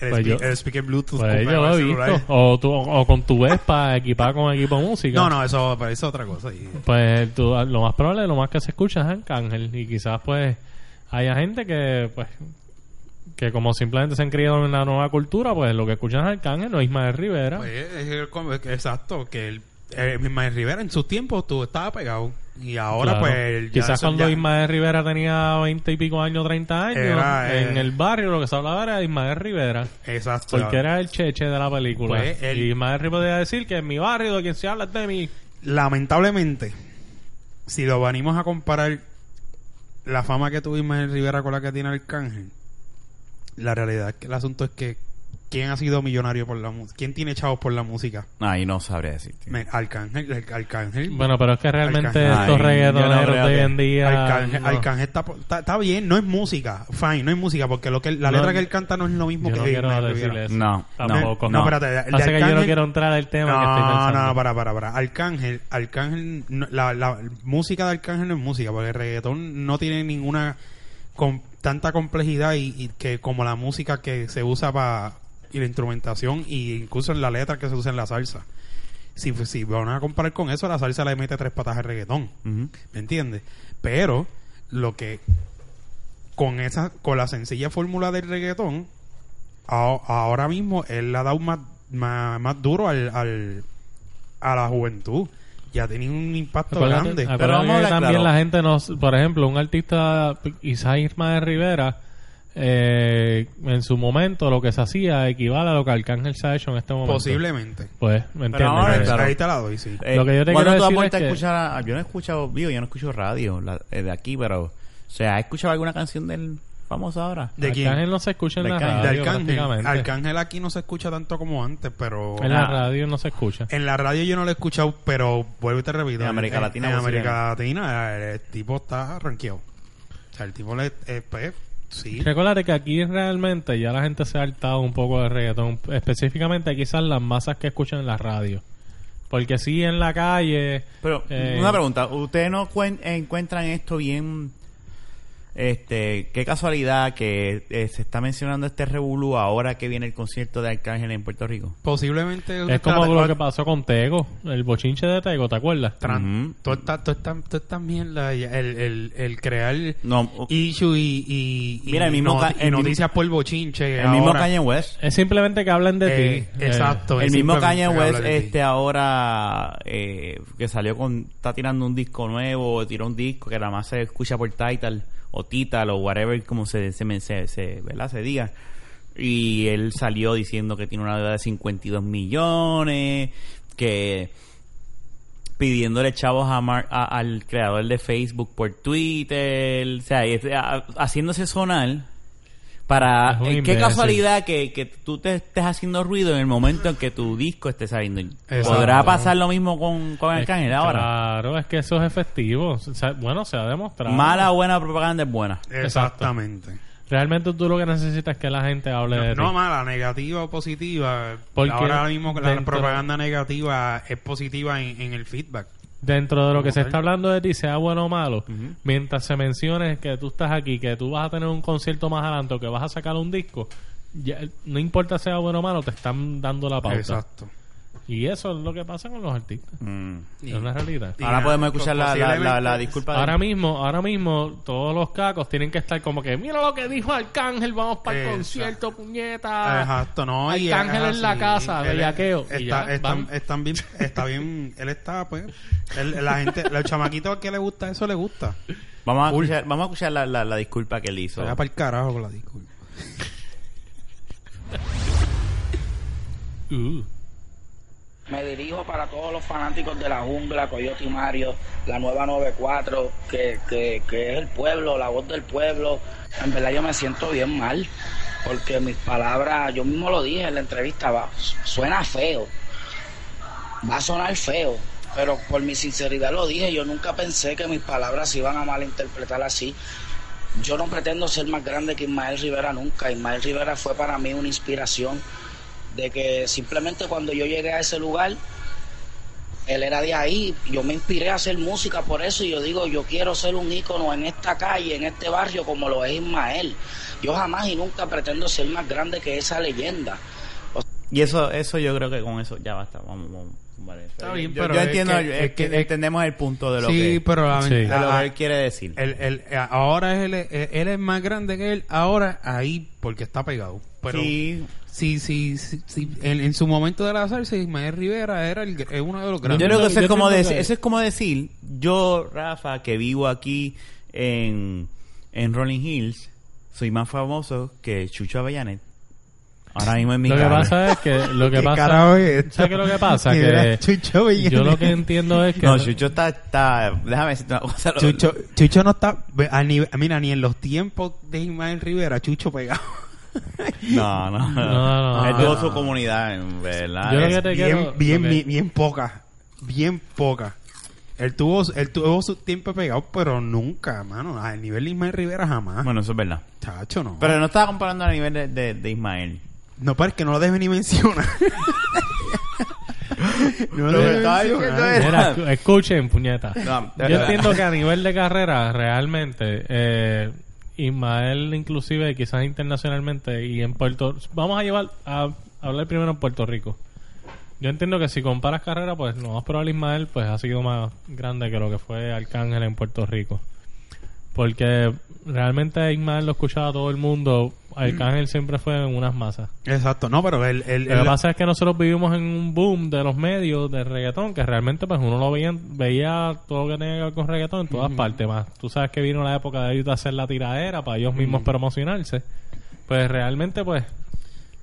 S4: el
S3: Pues
S4: spe-
S3: yo-
S4: el speaker Bluetooth
S3: Pues
S4: con
S3: yo lo
S4: el
S3: he
S4: celular.
S3: visto. O, tú- o con tu Vespa equipada con equipo de música.
S4: No, no, eso, pero eso es otra cosa. y-
S3: Pues tú- lo más probable, lo más que se escucha es Arcángel. Y quizás pues haya gente que pues que como simplemente se han criado en la nueva cultura, pues lo que escuchan es Arcángel, no es Ismael Rivera.
S4: Pues, es el- como- es que- exacto, que el, el Ismael Rivera en su tiempo tú estaba pegado. Y ahora
S3: Claro.
S4: pues... ya
S3: quizás
S4: eso
S3: cuando
S4: ya-
S3: Ismael Rivera tenía veinte y pico años, 30 años,
S4: Era, eh,
S3: en el barrio lo que se hablaba era de Ismael Rivera.
S4: Exacto.
S3: Porque era el cheche de la película.
S4: Pues, el-
S3: Y Ismael Rivera podía decir que en mi barrio de quien se habla es de mí.
S4: Lamentablemente, si lo venimos a comparar la fama que tuvo Ismael Rivera con la que tiene Arcángel, la realidad, es que el asunto es que ¿quién ha sido millonario por la música? ¿Quién tiene chavos por la música?
S2: Ay, no sabría decirte.
S4: Me- Arcángel, Ar- Arcángel.
S3: Bueno, pero es que realmente
S4: Arcángel.
S3: estos
S2: Ay, yo no
S3: reggaetoneros
S2: creo
S3: de hoy
S2: que-
S3: en día...
S4: Arcángel,
S3: no.
S4: Arcángel está, po- está, está bien, no es música, fine, no es música, porque lo que la
S3: No,
S4: letra que él canta no es lo mismo
S3: Yo
S4: que
S3: no
S4: Ismael
S3: quiero
S4: Rivera.
S3: decirle eso.
S2: No,
S3: tampoco.
S2: no,
S4: No, espérate, el de
S3: Así que yo no
S4: Arcángel-
S3: quiero entrar al tema que estoy
S4: No,
S3: pensando.
S4: no, para, para, para. Arcángel, Arcángel, no- la, la música de Arcángel no es música, porque el reggaetón no tiene ninguna con, tanta complejidad y, y que como la música que se usa para y la instrumentación y incluso en la letra que se usa en la salsa. Si, si van a comparar con eso, la salsa le mete tres patas al reggaetón.
S2: Ujú.
S4: ¿Me entiendes? Pero lo que con esa con la sencilla fórmula del reggaetón a- ahora mismo él la ha dado más, más, más duro al, al- a la juventud. Ya tenía un impacto
S3: Acuérdate-
S4: grande.
S3: acuérdate
S2: Pero vamos a
S3: que
S2: hablar
S3: también
S2: claro.
S3: la gente nos... Por ejemplo, un artista, Isaías Ismael Rivera, eh, en su momento lo que se hacía equivale a lo que Arcángel se ha hecho en este momento.
S4: Posiblemente.
S3: Pues, ¿me entiendes?
S2: Pero vamos a
S4: Ahí-
S2: ver, claro.
S4: Ahí te la doy, sí.
S2: Eh,
S3: Lo que yo te
S2: ¿cuándo tú
S3: quiero
S2: has
S3: decir
S2: vuelto a
S3: es que-
S2: escuchar a- yo no he escuchado vivo, yo no escucho radio la- eh, de aquí, pero o sea, ¿has escuchado alguna canción del famoso ahora?
S4: ¿De quién?
S3: Arcángel no se escucha en
S2: De
S3: la
S2: Arcángel.
S3: radio
S4: De Arcángel.
S3: prácticamente.
S4: Arcángel aquí no se escucha tanto como antes, pero...
S3: En la
S2: Ah.
S3: radio no se escucha.
S4: En la radio yo no lo he escuchado, pero vuelvo y te repito.
S2: En América Latina,
S4: En
S2: pues,
S4: América Latina, el, el tipo está ranqueado. O sea, el tipo le... eh, pues, sí.
S3: Recuerda que aquí realmente ya la gente se ha hartado un poco de reggaetón, específicamente quizás las masas que escuchan en la radio. Porque sí en la calle...
S2: Pero
S3: eh,
S2: una pregunta, ¿ustedes no cuen- encuentran esto bien este, qué casualidad que eh, se está mencionando este revolú ahora que viene el concierto de Arcángel en Puerto Rico?
S4: Posiblemente...
S3: Es como
S4: trata-
S3: lo que pasó con Tego, el bochinche de Tego, ¿te acuerdas?
S4: Tran,
S2: Ujú.
S4: toda esta- toda esta- toda esta mierda, y el, el, el crear
S2: No, o-
S4: issue y, y, y
S2: Mira, el mismo
S4: no-
S2: ca-
S4: y
S2: el mismo-
S4: noticias por bochinche.
S2: el mismo
S4: ahora.
S2: Kanye West,
S3: Es simplemente que hablen de
S4: Eh,
S3: ti.
S4: exacto.
S2: el
S4: es
S2: mismo
S4: simplemente
S2: Kanye West
S4: hablar de ti.
S2: este ahora eh, que salió con está tirando un disco nuevo, tiró un disco que nada más se escucha por Title o Title o whatever como se se, men- se, se- ¿verdad? se diga. Y él salió diciendo que tiene una deuda de 52 millones, que pidiéndole chavos a Mar- a- al creador de Facebook por Twitter, o sea, y es- a- haciéndose sonar Para,
S3: Es un
S2: eh, qué
S3: imbécil.
S2: casualidad que, que tú te estés haciendo ruido en el momento en que tu disco esté saliendo.
S4: Exacto.
S2: ¿Podrá pasar lo mismo con, con
S3: Es-
S2: Arcángel ahora?
S3: Claro, es que eso es efectivo. O sea, bueno, se ha demostrado.
S2: Mala o buena propaganda es buena.
S4: Exactamente.
S3: Realmente tú lo que necesitas es que la gente hable de ti.
S4: No mala, negativa o positiva.
S3: Porque
S4: ahora mismo que la
S3: dentro-
S4: propaganda negativa es positiva en, en el feedback.
S3: Dentro de lo que se
S4: Ok.
S3: está hablando de ti, sea bueno o malo, mientras se mencione que tú estás aquí, que tú vas a tener un concierto más adelante o que vas a sacar un disco, ya- no importa sea bueno o malo, te están dando la pauta.
S4: Exacto.
S3: Y eso es lo que pasa con los artistas.
S2: Mm.
S4: Y-
S3: Es una realidad.
S4: y
S2: Ahora
S4: nada,
S2: podemos escuchar la, la, la, la
S4: posiblemente-
S2: disculpa de-
S3: Ahora mismo, ahora mismo, todos los cacos tienen que estar como que, mira lo que dijo Arcángel, vamos para el
S4: Exacto.
S3: concierto, puñeta.
S4: Exacto, no. y
S3: Ah, Arcángel
S4: es
S3: en la
S4: así.
S3: casa,
S4: Él es-
S3: bellaqueo, y ya,
S4: Está, está,
S3: van.
S4: están bien, está bien. Él está, pues. él- la gente, los chamaquitos que le gusta eso le gusta.
S2: Vamos a escuchar, vamos a escuchar la, la, la disculpa que él hizo.
S4: Se va para el carajo con la disculpa.
S3: Uh.
S5: Me dirijo para todos los fanáticos de la jungla, Coyote y Mario, la nueva 94, que, que, que es el pueblo, la voz del pueblo. En verdad yo me siento bien mal, porque mis palabras, yo mismo lo dije en la entrevista, va, suena feo, va a sonar feo, pero por mi sinceridad lo dije, yo nunca pensé que mis palabras se iban a malinterpretar así. Yo no pretendo ser más grande que Ismael Rivera nunca, Ismael Rivera fue para mí una inspiración de que simplemente cuando yo llegué a ese lugar, él era de ahí, yo me inspiré a hacer música por eso y yo digo, yo quiero ser un ícono en esta calle, en este barrio como lo es Ismael. Yo jamás y nunca pretendo ser más grande que esa leyenda.
S2: Y eso, eso yo creo que con eso ya basta. Vamos, vamos. Vale.
S4: Está bien,
S2: yo,
S4: pero
S2: yo
S4: es
S2: entiendo,
S4: que-
S2: es
S4: es que-
S2: que entendemos el punto de lo
S4: Sí,
S2: que,
S4: pero ah, eh, la
S3: Sí.
S2: de lo
S4: ventaja-
S2: que él quiere decir.
S4: Él, él- ahora él, es- eh, él es más grande que él, ahora ahí, porque está pegado. Pero
S2: Sí.
S4: sí, sí, sí, sí, en, en su momento de la salsa, Ismael Rivera era el, gr- es uno de los
S2: Yo
S4: grandes.
S2: creo que eso
S3: yo
S2: es como
S3: creo
S2: decir,
S3: que-
S2: eso es como decir, yo Rafa que vivo aquí en en Rolling Hills, soy más famoso que Chucho Avellanet. Ahora mismo en mi
S3: Lo que
S2: calle.
S3: pasa es que lo que
S4: ¿Qué
S3: pasa,
S4: carajo es esto?
S3: ¿sabes qué es lo que pasa?
S4: Y
S3: Que
S4: era Chucho Villani.
S3: yo lo que entiendo es que
S2: No, Chucho está, está déjame decirte una cosa. lo-
S4: Chucho, Chucho no está. ve, a ni- mira, ni en los tiempos de Ismael Rivera, Chucho pegado.
S2: No, no.
S3: no,
S2: Él
S3: no.
S2: tuvo su comunidad, en ¿verdad?
S3: Yo lo
S2: Es-
S3: que te quiero- lo
S4: bien, bien,
S3: que-
S4: bien, bien poca. Bien poca. Él tuvo, él tuvo su tiempo pegado, pero nunca, mano. Al nivel de Ismael Rivera jamás.
S2: Bueno, eso es verdad.
S4: Chacho, no.
S2: Pero no estaba comparando a nivel de, de, de Ismael.
S4: No, pero es que no lo debes ni mencionar. no
S2: Lo
S4: debes
S2: que estaba diciendo es-
S3: Mira, escu- escuchen, puñeta.
S2: No, de
S3: Yo
S2: verdad.
S3: entiendo que a nivel de carrera, realmente, eh, Ismael, inclusive, quizás internacionalmente, y en Puerto... Vamos a llevar a hablar primero en Puerto Rico. Yo entiendo que si comparas carrera, pues no más probable Ismael, pues ha sido más grande que lo que fue Arcángel en Puerto Rico. Porque realmente Ismael lo escuchaba todo el mundo.
S2: Mm.
S3: Arcángel siempre fue en unas masas.
S4: Exacto, no, pero él, él,
S3: Lo que
S4: él-
S3: pasa es que nosotros vivimos en un boom de los medios de reggaetón, que realmente pues uno lo veía, veía todo lo que tenía que ver con reggaetón en todas partes más. Tú sabes que vino la época de ellos de hacer la tiradera para ellos mismos promocionarse. Pues realmente pues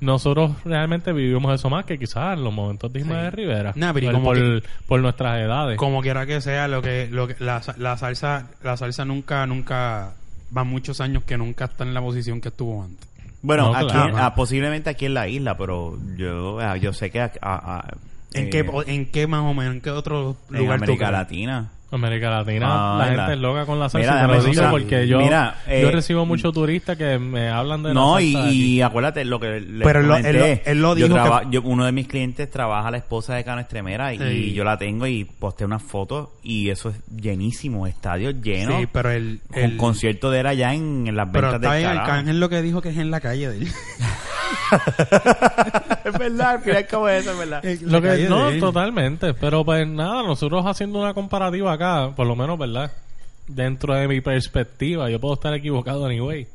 S3: nosotros realmente vivimos eso más que quizás los momentos de Ismael Rivera.
S4: Nah, pero y
S3: por,
S4: como
S3: por, por nuestras edades.
S4: como quiera que sea, lo que, lo que la, la salsa, la salsa nunca, nunca va muchos años que nunca está en la posición que estuvo antes.
S2: Bueno,
S3: No,
S2: aquí,
S3: claro.
S2: ah, posiblemente aquí en la isla, pero yo, ah, yo sé que... a- a- a-
S4: ¿En
S2: eh,
S4: qué, po- en qué más o menos, en qué otro
S2: en
S4: lugar tú
S2: América
S4: crees?
S2: Latina.
S3: América Latina,
S2: Ah,
S3: la
S2: mira.
S3: gente es loca con la salsa,
S2: Mira,
S3: te lo
S2: déjame
S3: digo
S2: decir-
S3: porque yo,
S2: mira, eh,
S3: yo recibo muchos turistas que me hablan de la
S2: No, y,
S3: salsa de aquí.
S2: y acuérdate lo que le
S4: Pero él lo-
S2: comenté.
S4: él lo- él lo
S2: Yo
S4: dijo
S2: traba-
S4: que-
S2: yo- uno de mis clientes trabaja la esposa de Cano Estremera y,
S4: Sí.
S2: yo la tengo y posteo unas fotos y eso es llenísimo, estadio lleno.
S4: Sí, pero el,
S2: un
S4: el
S2: concierto de él allá en, en las
S4: pero
S2: ventas
S4: está
S2: de
S4: bien Arcángel lo que dijo que es en la calle de él.
S2: Es verdad, al final es como eso, es verdad.
S3: Lo que-
S4: calle
S3: no,
S4: de él.
S3: totalmente. Pero pues nada, nosotros haciendo una comparativa acá, por lo menos, ¿verdad? Dentro de mi perspectiva, yo puedo estar equivocado anyway.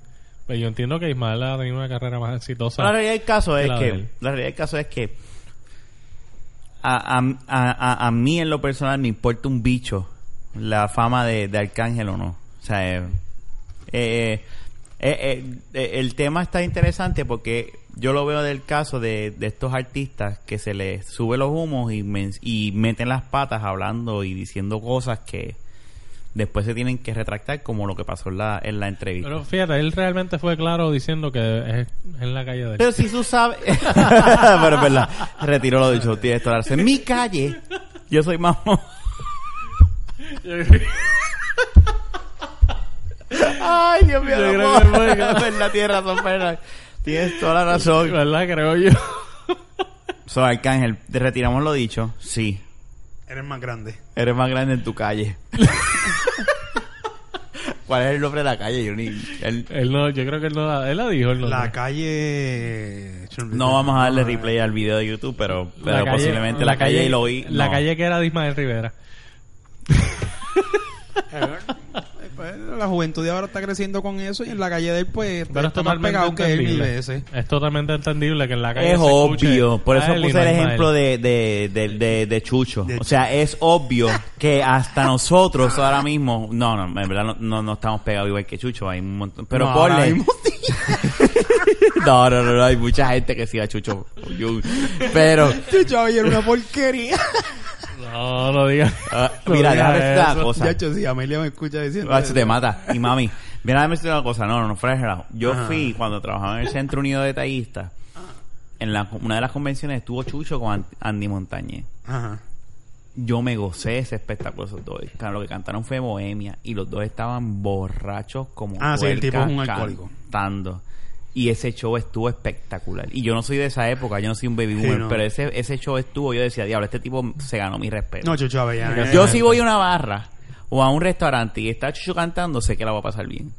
S3: Pero yo entiendo que Ismael ha tenido una carrera más exitosa.
S2: la realidad del caso es
S3: la de
S2: que
S3: él.
S2: la realidad del caso es que a, a, a, a- a mí en lo personal me importa un bicho la fama de, de Arcángel o no o sea eh, eh, eh, eh, eh, el tema está interesante porque yo lo veo del caso de, de estos artistas que se les sube los humos y, men- y meten las patas hablando y diciendo cosas que después se tienen que retractar como lo que pasó en la, en la entrevista.
S3: Pero fíjate, él realmente fue claro diciendo que es es en la calle de él.
S2: Pero si tú sabes. Pero es verdad. Retiro lo dicho. Tienes toda la razón. En mi calle. Yo soy mamón. Ay, Dios mío. no
S3: Yo creo
S2: puedo.
S3: que fue, claro.
S2: Es verdad, tienes razón, Fernan. Tienes toda la razón.
S3: ¿Verdad? Creo yo.
S2: So, Arcángel, ¿te retiramos lo dicho? Sí.
S4: Eres más grande.
S2: Eres más grande en tu calle. ¿Cuál es el nombre de la calle, Yo ni- el-
S3: Él no, yo creo que él no la, él la dijo. El
S4: La
S3: nombre.
S4: calle...
S2: No vamos a
S4: Ah,
S2: darle replay al video de YouTube, pero,
S3: La
S2: pero
S3: calle-
S2: posiblemente la calle, y lo oí.
S3: La
S2: no.
S3: calle que era de Ismael Rivera.
S4: Eh, pues, La juventud de ahora está creciendo con eso y en la calle de él pues
S3: Pero es
S4: está más
S3: totalmente
S4: pegado que él mil
S3: entendible.
S4: veces.
S3: Es totalmente entendible que en la calle
S2: Es
S3: se
S2: obvio,
S3: escuche
S2: por eso
S3: a él y
S2: puse
S3: no
S2: el
S3: a Ismael.
S2: ejemplo de, de, de, de- de Chucho.
S4: De
S2: o sea, es obvio que hasta nosotros ahora mismo, no, no, en verdad no, no, no estamos pegados igual que Chucho, hay un montón, pero
S4: No, ahora
S2: ponle.
S4: mismo
S2: no, no, no, no, hay mucha gente que sigue a Chucho. Yo- Pero,
S4: Yo era una porquería.
S3: No, no digas.
S2: ah,
S3: no
S2: mira,
S3: digas
S2: déjame decirte una
S3: eso.
S2: cosa.
S4: De hecho, si Amelia me escucha diciendo...
S2: Ah,
S4: eso,
S2: se te mata. Y mami, mira, déjame decirte una cosa. No, no, no, fuera de relajo. Yo
S4: Ajá.
S2: fui cuando trabajaba en el Centro Unido de Detallistas. En la, una de las convenciones estuvo Chucho con An- Andy Montañez.
S4: Ajá.
S2: Yo me gocé ese espectáculo. Esos dos. Claro, Lo que cantaron fue Bohemia. Y los dos estaban borrachos como
S4: Ah, sí, el tipo
S2: puercas
S4: es un alcohólico.
S2: Cantando. Y ese show estuvo espectacular. Y yo no soy de esa época, yo no soy un baby
S4: Sí,
S2: boomer,
S4: no.
S2: pero ese, ese show estuvo. Yo decía, diablo, este tipo se ganó mi respeto.
S4: No, Chucho Avellana.
S2: Yo si voy a una barra o a un restaurante y está Chucho cantando, sé que la va a pasar bien.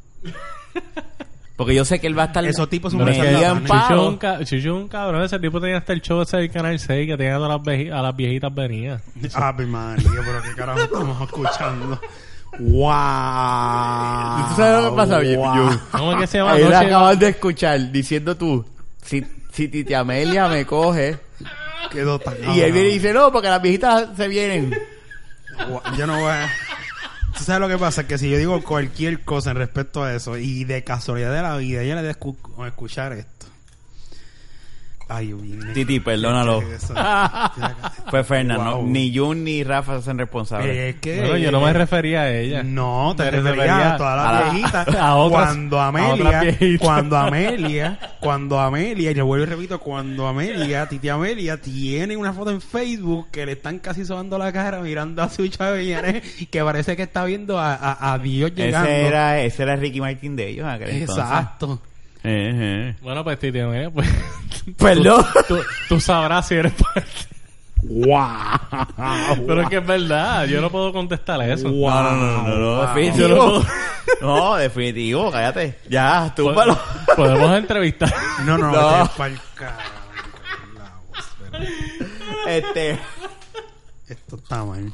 S2: Porque yo sé que él va a estar...
S4: Esos tipos
S2: me
S4: son unos
S2: dio en
S4: charlatanes.
S2: paro.
S3: Chucho un, ca- Chucho un cabrón, ese tipo tenía hasta el show ese del Canal 6 que tenía a las, veji- a las viejitas venidas.
S4: Ave María, pero qué carajo estamos escuchando. ¡Wow!
S2: ¿Tú sabes lo que pasa, Jun?
S3: ¿Cómo es que se llama?
S2: Ahí la
S3: Noche-
S2: acabas de escuchar diciendo tú, si, si Titi Amelia me coge...
S4: Quedó tan
S2: Y él viene y dice, no, porque las viejitas se vienen.
S4: Gua- Yo no voy a... ¿Tú sabes lo que pasa? Que si yo digo cualquier cosa en respecto a eso y de casualidad de la vida, yo le de escu- escuchar esto. Ay, uy,
S2: Titi, perdónalo.
S4: Eso.
S2: Pues Fernando,
S4: Wow. Eh,
S2: ni Jun ni Rafa se hacen responsables.
S4: Es que...
S3: Bueno, yo no me refería a ella.
S4: No, te
S3: Me
S4: refería a todas
S2: a
S4: las
S2: la-
S4: viejitas.
S3: a otras-
S4: cuando
S3: a otras
S4: Amelia,
S3: viejitas.
S4: cuando Amelia, cuando Amelia, y le vuelvo y repito, cuando Amelia, Titi Amelia, tiene una foto en Facebook que le están casi sobando la cara mirando a su Avellanes que parece que está viendo a, a, a Dios llegando.
S2: Ese era, ese era Ricky Martin de ellos. en aquel entonces. Eh,
S4: Exacto.
S2: Ejé.
S3: Bueno, pues Titi, ¿eh? pues
S2: Perdón.
S3: tú, tú sabrás si eres parte.
S4: ¡Wow!
S3: Pero es que es verdad, yo no puedo contestar eso.
S4: Wow.
S2: No, no, no, no,
S4: Wow.
S2: definitivo.
S3: Yo no puedo-
S2: No, definitivo, cállate. Ya,
S3: Po-
S2: túmbalo.
S3: Podemos entrevistar.
S4: No, no,
S2: No.
S4: no.
S2: Este.
S4: Esto está mal.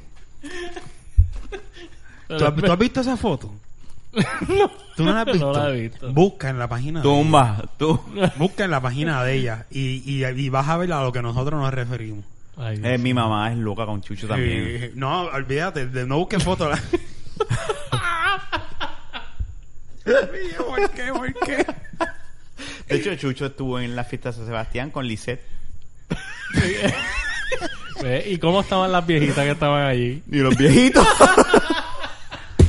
S4: ¿Tú has, tú
S3: no
S4: has visto esa foto? ¿Tú no la has visto?
S3: la he visto.
S4: Busca en la página. de
S2: Tumba, tú.
S4: Busca en la página de ella y, y, y vas a ver a lo que nosotros nos referimos.
S3: Ay,
S2: Eh, mi mamá es loca con Chucho también.
S4: Eh, no, olvídate, de- no busques fotos. ¿Por qué? ¿Por qué?
S2: De hecho, Chucho estuvo en la fiesta de San Sebastián con Lisette.
S3: ¿Ve? Eh, ¿Y cómo estaban las viejitas que estaban allí?
S2: Y los viejitos.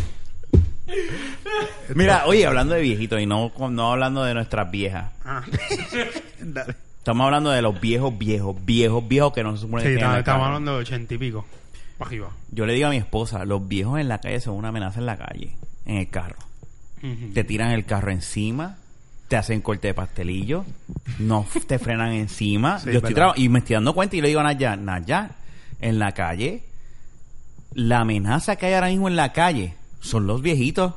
S2: Mira, oye, hablando de viejitos y no, no hablando de nuestras viejas.
S4: Ah. Dale.
S2: Estamos hablando de los viejos, viejos, viejos, viejos que no se supone que
S4: Sí,
S2: tengan
S4: estamos
S2: el carro.
S4: estamos hablando de ochenta y pico. Pa' arriba.
S2: Yo le digo a mi esposa, los viejos en la calle son una amenaza en la calle, en el carro.
S4: Ujú.
S2: te tiran el carro encima, te hacen corte de pastelillo, no f- te frenan encima.
S4: Sí,
S2: Yo estoy
S4: verdad.
S2: tra- y me estoy dando cuenta y le digo a Naya, Naya, en la calle, la amenaza que hay ahora mismo en la calle son los viejitos.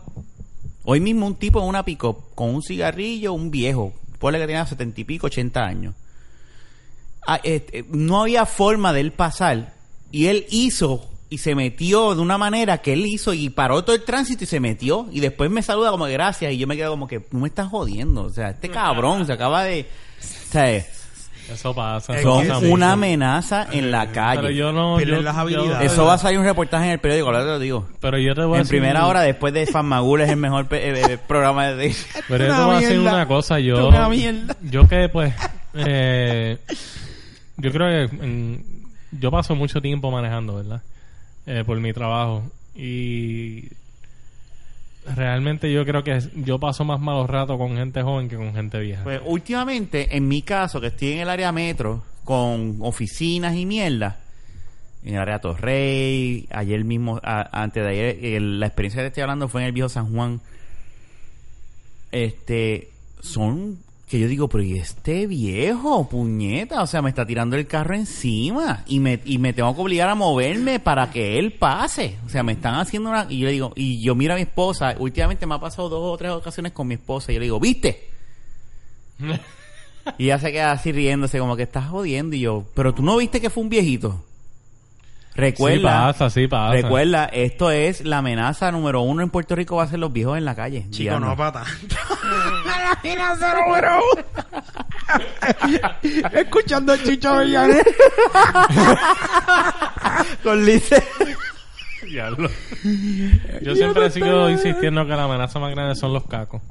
S2: Hoy mismo un tipo en una pick-up con un cigarrillo, un viejo, ponle que tenía setenta y pico, ochenta años. Ah, este, no había forma de él pasar y él hizo y se metió de una manera que él hizo y paró todo el tránsito y se metió y después me saluda como que gracias y yo me quedo como que no me estás jodiendo, o sea,
S4: Mm.
S2: este cabrón se acaba de... O sea,
S3: Eso pasa. eso
S2: son
S3: pasa mucho.
S2: una amenaza en la
S3: Pero
S2: calle.
S3: yo no.
S4: Pierden
S3: yo-
S4: las
S3: yo-
S4: habilidades.
S2: Eso va a salir un reportaje en el periódico, ahora te lo digo.
S3: Pero yo te voy a
S2: En
S3: decir-
S2: primera hora, después de Fan Magul, es el mejor pe- eh, eh, programa de...
S3: Pero
S4: Una
S3: eso va a ser
S4: mierda.
S3: una cosa. Yo,
S4: Una mierda.
S3: yo que pues, eh, yo creo que en- yo paso mucho tiempo manejando, ¿verdad? Eh, por mi trabajo. Y Realmente yo creo que es- yo paso más malos ratos con gente joven que con gente vieja.
S2: Pues últimamente, en mi caso, que estoy en el área metro, con oficinas y mierda, en el área Torrey, ayer mismo, a- antes de ayer, el- la experiencia que te estoy hablando fue en el viejo San Juan. Este, son que yo digo, pero ¿y este viejo, puñeta? O sea, me está tirando el carro encima y me, y me tengo que obligar a moverme para que él pase. O sea, me están haciendo una... Y yo le digo, y yo miro a mi esposa, últimamente me ha pasado dos o tres ocasiones con mi esposa y yo le digo, ¿viste? Y ella se queda así riéndose, como que estás jodiendo. Y yo, pero tú no viste que fue un viejito. Recuerda,
S3: Sí pasa, sí pasa.
S2: recuerda, esto es la amenaza número uno en Puerto Rico va a ser los viejos en la calle.
S4: Chico,
S2: Diana.
S4: no para tanto. Escuchando a Chicho Villanes.
S2: Con Lice.
S3: Diablo. Yo siempre sigo insistiendo que la amenaza más grande son los cacos.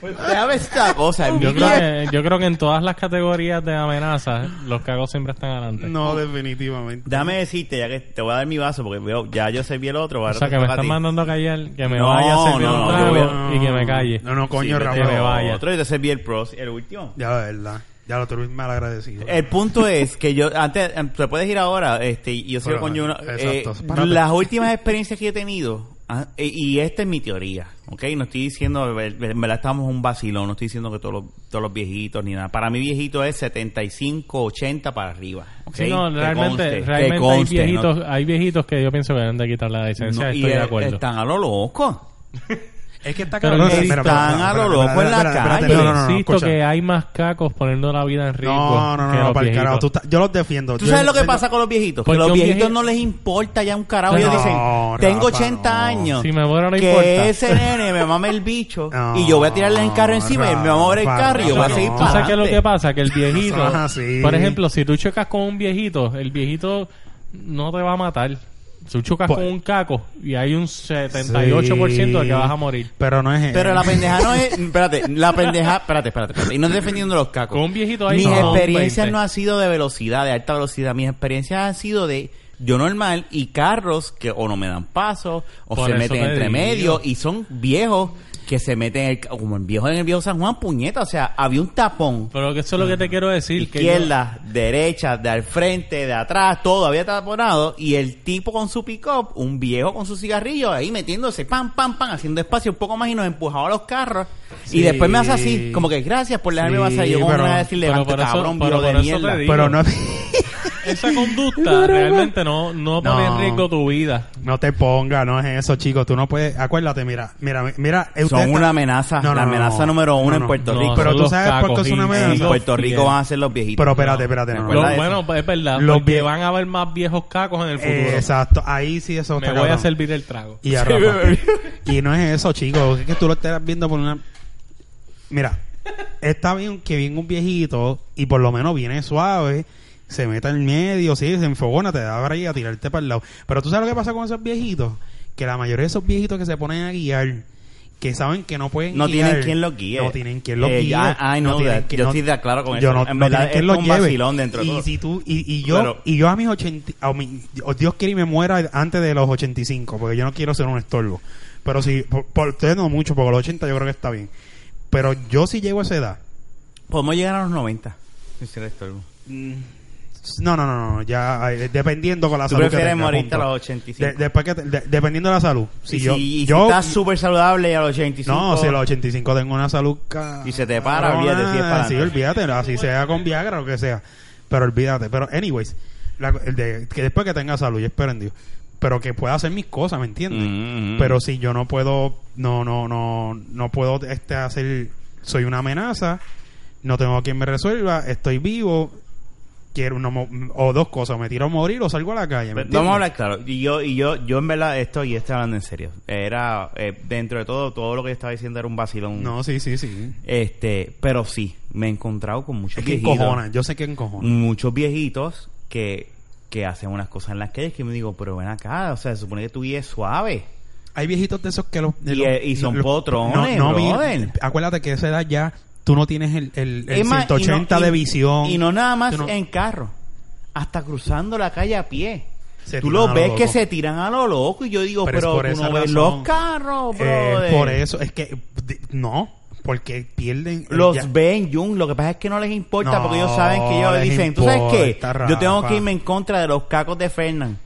S2: Pues Déjame esta cosa. es
S3: Yo
S2: mi
S3: creo,
S2: vie-
S3: que, yo creo que en todas las categorías de amenazas, los cacos siempre están adelante.
S4: No, definitivamente.
S2: Déjame decirte, ya que te voy a dar mi vaso, porque veo, ya yo serví el otro.
S3: o
S2: ahora
S3: sea,
S2: te
S3: que me
S2: toca a
S3: están
S2: ti.
S3: mandando a callar, que me
S2: No,
S3: vaya a servir
S2: no,
S3: un
S2: no,
S3: trago
S2: yo
S4: voy a-
S3: y que me calle.
S4: No, no,
S2: Sí,
S4: coño,
S2: yo te
S4: Ramón.
S3: me
S2: doy
S3: vaya.
S2: Otro y te serví el pros, el último.
S4: Ya, de verdad. Ya lo tuve mal agradecido.
S2: El punto es que yo, antes, em, te puedes ir ahora, este, y yo sigo
S4: Pero,
S2: con Juno.
S4: exacto,
S2: Eh,
S4: párate.
S2: las últimas experiencias que he tenido, ah, eh, y esta es mi teoría, ¿ok? No estoy diciendo, en verdad estamos en un vacilón, no estoy diciendo que todos los, todos los viejitos ni nada. Para mí viejito es 75, 80 para arriba, ¿ok?
S3: Sí, no,
S2: Que
S3: realmente,
S2: conste, que
S3: realmente
S2: conste,
S3: hay
S2: ¿no?
S3: viejitos, hay viejitos que yo pienso que deben de quitar la licencia,
S2: No, y
S3: estoy de
S2: eh,
S3: acuerdo.
S2: están a lo loco.
S4: Es que está
S3: Pero
S4: cabrón.
S3: no
S2: están
S4: Espera, espera, espera,
S2: a lo
S4: espera,
S2: loco
S4: espera,
S2: en la
S4: espera, espera,
S2: calle.
S4: espera, No, no, no, no,
S3: Insisto
S4: escucha.
S3: que hay más cacos poniendo la vida en riesgo.
S4: No, no,
S3: que
S4: no, no,
S3: los
S4: para el
S3: viejitos.
S4: carajo. Tú estás- yo los defiendo.
S2: ¿Tú
S4: Yo
S2: sabes lo que
S4: defiendo-
S2: pasa con los viejitos? Que
S3: Porque
S2: los
S3: un
S2: viejitos
S3: vieji-
S2: no les importa ya un carajo.
S3: No,
S2: Ellos dicen,
S4: Rafa,
S2: tengo 80
S4: no.
S2: años.
S3: Si me muero no
S2: que
S3: importa.
S2: ese nene me mame el bicho
S4: No,
S2: y yo voy a tirarle el carro encima y él me va a mover el
S4: Rafa,
S2: carro y yo
S4: no,
S2: voy a seguir
S4: no.
S3: ¿Tú
S2: para
S3: sabes qué es lo que
S2: adelante.
S3: pasa? Que el viejito,
S4: No
S2: Ah,
S4: seas así.
S3: por ejemplo, si tú chocas con un viejito, el viejito no te va a matar. Si tú chocas
S4: Pues-
S3: con un caco y hay un 78% de que vas a morir.
S4: Pero no es él.
S2: Pero la pendeja no es... Espérate, la pendeja... Espérate, espérate, espérate. Y no estoy defendiendo los cacos.
S3: Con un viejito ahí
S2: Mis
S3: no, un
S2: experiencias
S3: 20.
S2: no han sido de velocidad, de alta velocidad. Mis experiencias han sido de yo normal y carros que o no me dan paso o
S3: Por
S2: se
S3: eso
S2: meten
S3: te
S2: entre
S3: digo.
S2: medio y son viejos que se meten en el, ca- como el viejo en el viejo San Juan puñeta o sea había un tapón
S3: Pero que eso es lo que te quiero decir. que
S2: izquierda, derecha, de al frente, de atrás, todo había taponado y el tipo con su pick-up, un viejo con su cigarrillo ahí metiéndose, pam, pam, pam, haciendo espacio un poco más y nos empujaba a los carros
S4: Sí.
S2: y después me hace así, como que gracias por dejarme
S4: Sí,
S2: pasar. Yo como
S4: pero-
S2: me voy a decir,
S3: pero
S2: levanta
S3: por eso-
S2: cabrón,
S3: pero
S2: viejo de
S3: por eso te
S2: mierda.
S3: digo.
S4: Pero no,
S3: yo- esa conducta realmente no, no pone
S4: No.
S3: en riesgo tu vida.
S4: no te ponga, no es eso, chicos. Tú no puedes. Acuérdate, mira, mira, mira. eh,
S2: Son
S4: ustedes
S2: una
S4: están-
S2: amenaza,
S4: No, no,
S2: la
S4: no,
S2: amenaza
S4: no.
S2: número uno
S4: No,
S2: en
S4: no.
S2: Puerto
S3: No,
S2: Rico.
S4: Pero
S3: son
S4: tú
S3: los
S4: sabes por qué es una
S3: cacos,
S2: en
S4: amenaza.
S3: sí.
S2: Puerto
S3: Fiel.
S2: Rico van a ser los viejitos.
S4: Pero espérate, espérate.
S2: Me
S4: no,
S2: acuerdo
S4: no, no.
S3: Lo-
S2: de eso.
S3: bueno, pues es verdad.
S4: Los
S3: porque
S4: vie-
S3: van a haber más viejos cacos en el futuro.
S4: Eh, Exacto, ahí sí eso
S3: Me
S4: está
S3: voy a
S4: cabrón.
S3: servir el trago.
S4: Y, a
S2: Sí,
S4: Rafa.
S2: bebé.
S4: y no es eso, chicos. Es que tú lo estás viendo por una. Mira, está bien que viene un viejito y por lo menos viene suave, se meta en medio, sí, se enfogona, te da ahí a tirarte para el lado. Pero tú sabes lo que pasa con esos viejitos. Que la mayoría de esos viejitos que se ponen a guiar, que saben que no pueden
S2: No
S4: guiar,
S2: tienen quien los guíe.
S4: No tienen quien los
S2: Eh,
S4: guíe.
S2: I- I know
S4: tienen
S2: that.
S4: quien-
S2: Yo estoy de acuerdo con
S4: yo
S2: eso.
S4: No,
S2: En
S4: no
S2: verdad,
S4: tienen quien
S2: es
S4: los
S2: un
S4: lleve.
S2: vacilón dentro de
S4: y
S2: todo.
S4: si tú y, y yo
S2: Pero-
S4: y yo a mis 80 a mi- oh, Dios quiere y me muera antes de los 85 porque yo no quiero ser un estorbo pero si por, por ustedes no mucho porque los 80 yo creo que está bien pero yo si llego a esa edad
S2: Podemos llegar a los 90. sin ser estorbo.
S4: no no no no ya ay, dependiendo con la
S2: Tú
S4: salud
S2: prefieres
S4: que tenga,
S2: morirte
S4: punto.
S2: a los 85.
S4: De- después que te- de- dependiendo de la salud si
S2: y
S4: yo
S2: si, y si
S4: yo
S2: estás súper saludable y a los 85.
S4: no, si a los 85 tengo una salud... ca-
S2: Y se te para, olvídate, si es para
S4: Sí,
S2: adelante.
S4: olvídate, así sea con Viagra o lo que sea. Pero olvídate. Pero, anyways, la- el de- que después que tenga salud, yo espero en Dios. Pero que pueda hacer mis cosas, ¿me entiendes?
S2: Mm, mm.
S4: Pero si yo no puedo, no, no, no, no puedo este, hacer, soy una amenaza, no tengo quien me resuelva, estoy vivo, quiero, no, mo- o dos cosas, me tiro a morir o salgo a la calle. ¿me
S2: Pero Vamos a
S4: entiendes?
S2: hablar claro. Y yo, y yo, yo en verdad, esto y estoy hablando en serio. Era, eh, dentro de todo, todo lo que yo estaba diciendo era un vacilón.
S4: No, sí, sí, sí.
S2: Este, pero sí, me he encontrado con muchos
S4: Es que
S2: viejitos.
S4: encojonan, yo sé que encojonan.
S2: Muchos viejitos que, que hacen unas cosas en las calles que me digo, pero ven acá, o sea, se supone que tu guía es suave.
S4: Hay viejitos de esos que los... de
S2: Y,
S4: los-
S2: eh, y son potrones,
S4: mira,
S2: brother.
S4: acuérdate que a esa edad ya tú no tienes el, el, el
S2: Es más, y no-
S4: 180
S2: y-
S4: de visión.
S2: Y no nada más
S4: Tú no-
S2: en carro, hasta cruzando la calle a pie.
S4: Se
S2: tú
S4: tiran
S2: lo
S4: a lo
S2: ves que
S4: loco.
S2: se tiran a lo loco y yo digo,
S4: Pero es
S2: pero,
S4: por
S2: tú
S4: esa
S2: no ves
S4: razón.
S2: los carros, brother.
S4: Eh, por eso, es que de- no, porque pierden. eh,
S2: Los
S4: ya-
S2: ven, Jun. Lo que pasa es que no les importa
S4: No,
S2: porque ellos saben que ellos
S4: les
S2: dicen, ¿tú sabes qué?
S4: importa,
S2: Yo tengo
S4: Rafa.
S2: que irme en contra de los cacos de Fernan.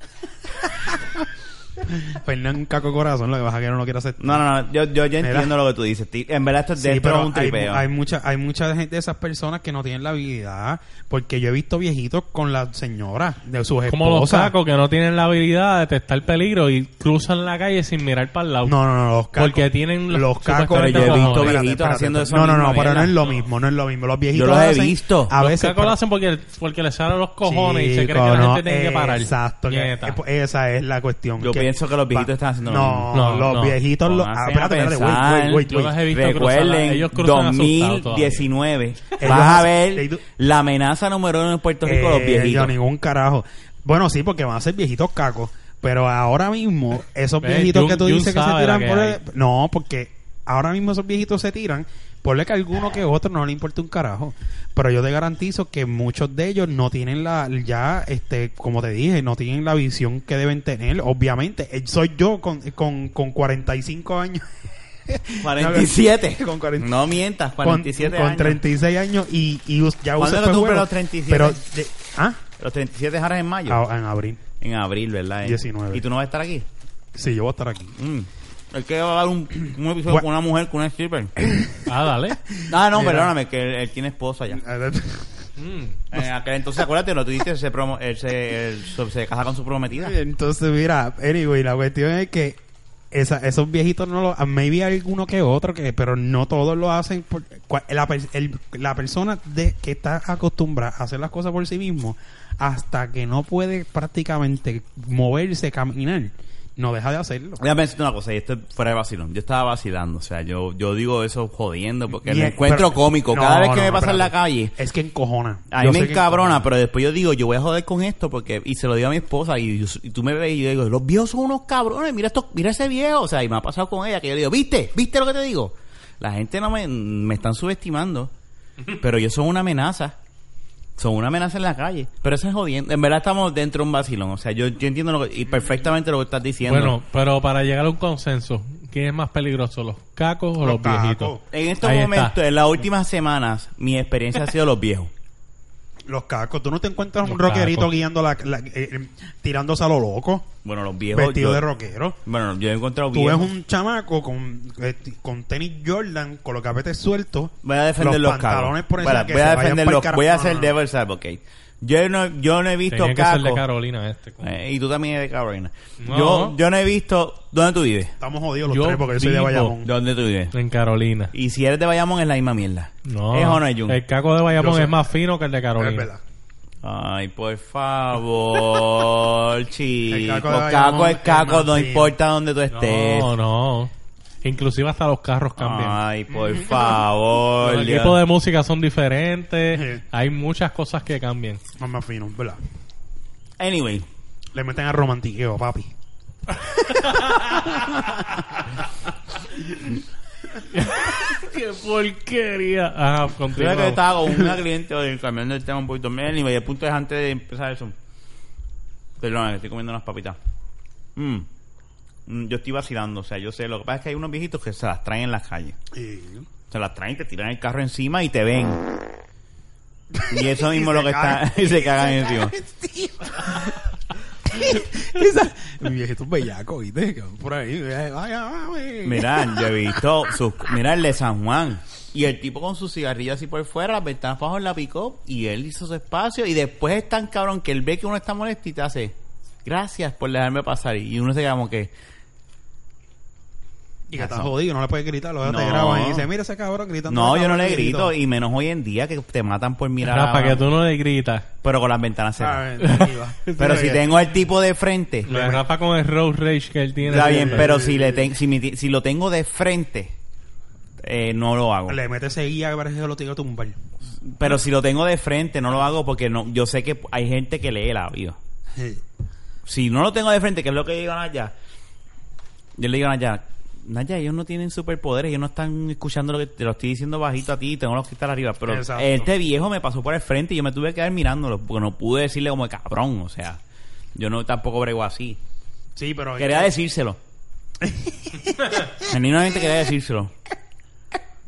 S4: Fernán un caco de corazón, lo que pasa es que no lo quiere hacer.
S2: No, no, no. Yo, yo, yo entiendo lo que tú dices. ti- En verdad, esto, es-
S4: Sí,
S2: esto
S4: pero
S2: es un
S4: hay,
S2: tripeo.
S4: hay mucha hay mucha gente de esas personas que no tienen la habilidad porque yo he visto viejitos con la señora de sus esposas
S3: Como los sacos que no tienen la habilidad de detectar peligro y cruzan la calle sin mirar para el lado.
S4: no no no los cacos
S3: Porque tienen los-
S4: los cacos
S3: supuestamente Pero yo he
S2: visto viejitos haciendo esa
S4: eso no no
S2: misma
S4: no pero no
S2: mierda.
S4: es lo mismo no es lo mismo los viejitos
S2: Yo los he
S4: hacen-
S2: visto.
S4: a
S3: los
S4: veces
S3: cacos lo
S4: pero-
S3: hacen porque, porque les salen los cojones y se cree
S4: Chico,
S3: que la
S4: no,
S3: gente tiene que parar.
S4: Exacto. que-
S3: Nieta.
S4: eh, esa es la cuestión.
S2: Yo pienso que los viejitos están haciendo lo
S4: no,
S3: mismo. No,
S4: los
S3: no.
S4: viejitos... Lo,
S2: Pónganse
S4: ah,
S2: a
S4: espérate, espérate, wait,
S2: pensar.
S4: wait, wait,
S3: Yo
S4: wait.
S3: las he visto cruzar la-
S2: Recuerden,
S3: ellos cruzan asustados todavía.
S2: 2019.
S4: Ellos
S2: Vas a
S4: hacen-
S2: ver
S4: ellos-
S2: la amenaza número uno en Puerto Rico, los
S4: Eh,
S2: viejitos.
S4: yo ningún carajo. Bueno, sí, porque van a ser viejitos cacos. Pero ahora mismo, esos
S3: Ve,
S4: viejitos
S3: Jun-
S4: que tú
S3: Jun
S4: dices que se
S3: sabe
S4: tiran
S3: la que
S4: por
S3: hay.
S4: el- No, porque ahora mismo esos viejitos se tiran. Ponle que alguno que otro no le importa un carajo. Pero yo te garantizo que muchos de ellos no tienen la. Ya, este, como te dije, no tienen la visión que deben tener. Obviamente, Eh, soy yo con, con, con 45 años.
S2: 47.
S4: Con 40.
S2: No mientas, 47
S4: con, con
S2: años.
S4: 36 años y, y us- ya
S2: ¿Cuándo
S4: usé
S2: que tú
S4: espejuelos.
S2: cumples los 37?
S4: Pero, de- ¿ah?
S2: Los 37 ahora es en mayo.
S4: Ah, en abril.
S2: En abril, ¿verdad? Eh?
S4: 19.
S2: ¿Y tú no vas a estar aquí?
S4: Sí, yo voy a estar aquí.
S2: Mm. Es que va a haber un, un episodio
S4: Gua-
S2: con una mujer, con una stripper.
S3: Ah, dale.
S2: Ah, no,
S4: Mira.
S2: perdóname, que él, él tiene esposa ya. En aquel entonces, acuérdate, lo tuviste, él se, promo- él se, él so- se casa con su prometida.
S4: Entonces, mira, anyway, la cuestión es que esa- esos viejitos no lo... Maybe alguno que otro, que, pero no todos lo hacen. por- cua- la, per- el- la persona de, que está acostumbrada a hacer las cosas por sí mismo, hasta que no puede prácticamente moverse, caminar, no deja de hacerlo.
S2: Déjame decirte una cosa, y esto es fuera de vacilón. Yo estaba vacilando, o sea, yo, yo digo eso jodiendo porque
S4: Y
S2: lo
S4: es-
S2: encuentro
S4: pero-
S2: cómico.
S4: No,
S2: Cada vez que
S4: no,
S2: me pasa en la
S4: espérate.
S2: calle,
S4: Es que encojona.
S2: a
S4: Yo
S2: mí me
S4: sé que
S2: encabrona,
S4: encojona.
S2: pero después yo digo, yo voy a joder con esto porque, y se lo digo a mi esposa, y, yo- y tú me ves y yo digo, los viejos son unos cabrones, mira esto, mira ese viejo, o sea, y me ha pasado con ella que yo le digo, ¿viste? ¿Viste lo que te digo? La gente no me, me están subestimando, pero ellos son una amenaza. Son una amenaza en la calle, pero eso es jodiendo. En verdad estamos dentro de un vacilón, o sea, yo, yo entiendo lo que- y perfectamente lo que estás diciendo.
S3: Bueno, pero para llegar a un consenso, ¿quién es más peligroso, los cacos o los,
S4: Los cacos.
S3: viejitos?
S2: En estos
S3: Ahí está.
S2: momentos, en las últimas semanas, mi experiencia ha sido los viejos.
S4: Los cacos. Tú no te encuentras un
S3: Los
S4: rockerito
S3: cacos.
S4: guiando la, la- eh, eh, tirándose a lo loco,
S2: Bueno, los viejos.
S4: vestido
S2: yo-
S4: de rockero.
S2: Bueno, yo he encontrado
S4: Tú ves
S2: viejos.
S4: un chamaco con, eh, t- con tenis Jordan, con los capetes sueltos.
S2: Voy a defender los,
S4: los
S2: cabros.
S4: pantalones por encima
S2: Voy a,
S4: que
S2: voy a
S4: se vayan
S2: defender
S4: pa'l
S2: los.
S4: carajo.
S2: Voy a
S4: No, no,
S2: hacer
S4: no.
S2: devil's advocate. Yo no, yo no he visto
S3: Tenía que ser de
S2: cacos.
S3: Carolina este. coño.
S2: Eh, y tú también eres de Carolina.
S3: No.
S2: Yo, yo no he visto. ¿Dónde tú vives?
S4: Estamos jodidos los
S3: Yo
S4: tres porque yo soy de
S3: vivo-
S4: Bayamón.
S2: ¿Dónde tú vives?
S3: En Carolina. Eh,
S2: Y si eres de Bayamón, es la misma mierda.
S3: No.
S2: ¿Es o no es Jun?
S3: El caco de Bayamón
S4: Yo sé.
S3: es más fino que el de Carolina.
S4: Es verdad.
S2: Ay, por favor, chico.
S4: El caco de
S2: caco,
S4: Bayamón
S2: es caco,
S4: es
S2: no
S4: más
S2: importa dónde tú estés.
S3: No, no. Inclusive hasta los carros cambian.
S2: Ay, por favor.
S3: los
S2: Dios.
S3: tipos de música son diferentes.
S4: Sí.
S3: Hay muchas cosas que cambian.
S4: No más fino, es ¿verdad?
S2: Anyway,
S4: Le meten a romantiqueo, papi.
S3: ¡Qué porquería! Ah,
S2: creo
S3: continúa.
S2: que estaba con una cliente hoy cambiando el tema un poquito. Anyway, el punto es antes de empezar eso. Perdón, estoy comiendo unas papitas. Mm. Mm, Yo estoy vacilando, o sea, yo sé. Lo que pasa es que hay unos viejitos que se las traen en las calles.
S4: Y-
S2: Se las traen, te tiran el carro encima y te ven. Y eso mismo es lo
S4: se
S2: que está.
S4: cagan.
S2: Y se cagan encima.
S4: Esa- Mi viejito es bellaco, ¿viste? Que van Por ahí. eh, vaya, mami.
S2: Mirá, yo he visto sus, mirá el de San Juan. Y el tipo con su cigarrillo así por fuera, las ventanas bajo en la picó y él hizo su espacio. Y después es tan cabrón que él ve que uno está molesto y te hace, gracias por dejarme pasar. Y uno se queda como que,
S4: Y que está jodido, no le puedes gritar. Los te
S2: No.
S4: graban y dice, mira ese cabrón gritando.
S2: no,
S4: ese
S2: yo no
S4: cabrón
S2: le grito.
S4: viejito".
S2: Y menos hoy en día que te matan por mirar.
S3: Rafa,
S2: a-
S3: que tú no le gritas.
S2: Pero con las ventanas
S4: Ah,
S2: cerradas.
S4: ven, ahí va.
S2: Pero si tengo al tipo de frente,
S3: Lo de Rafa con el road rage que él tiene.
S2: está bien.
S4: sí,
S2: Pero
S4: sí,
S2: si
S4: sí.
S2: le ten- si, mi ti- si lo tengo de frente, eh, no lo hago.
S4: Le mete ese guía que parece que lo tiene que tumbar.
S2: Pero si lo tengo de frente, no lo hago porque no, yo sé que hay gente que lee la vida.
S4: Sí.
S2: si no lo tengo de frente, que es lo que digo a Naya, yo le digo a Naya, Naya, ellos no tienen superpoderes, ellos no están escuchando lo que te lo estoy diciendo bajito a ti, tengo los cristales arriba, pero
S4: Exacto.
S2: este viejo me pasó por el frente y yo me tuve que quedar mirándolo, porque no pude decirle como cabrón, o sea, Yo no tampoco brego así.
S4: Sí, pero... eh,
S2: Quería decírselo. Genuinamente quería decírselo.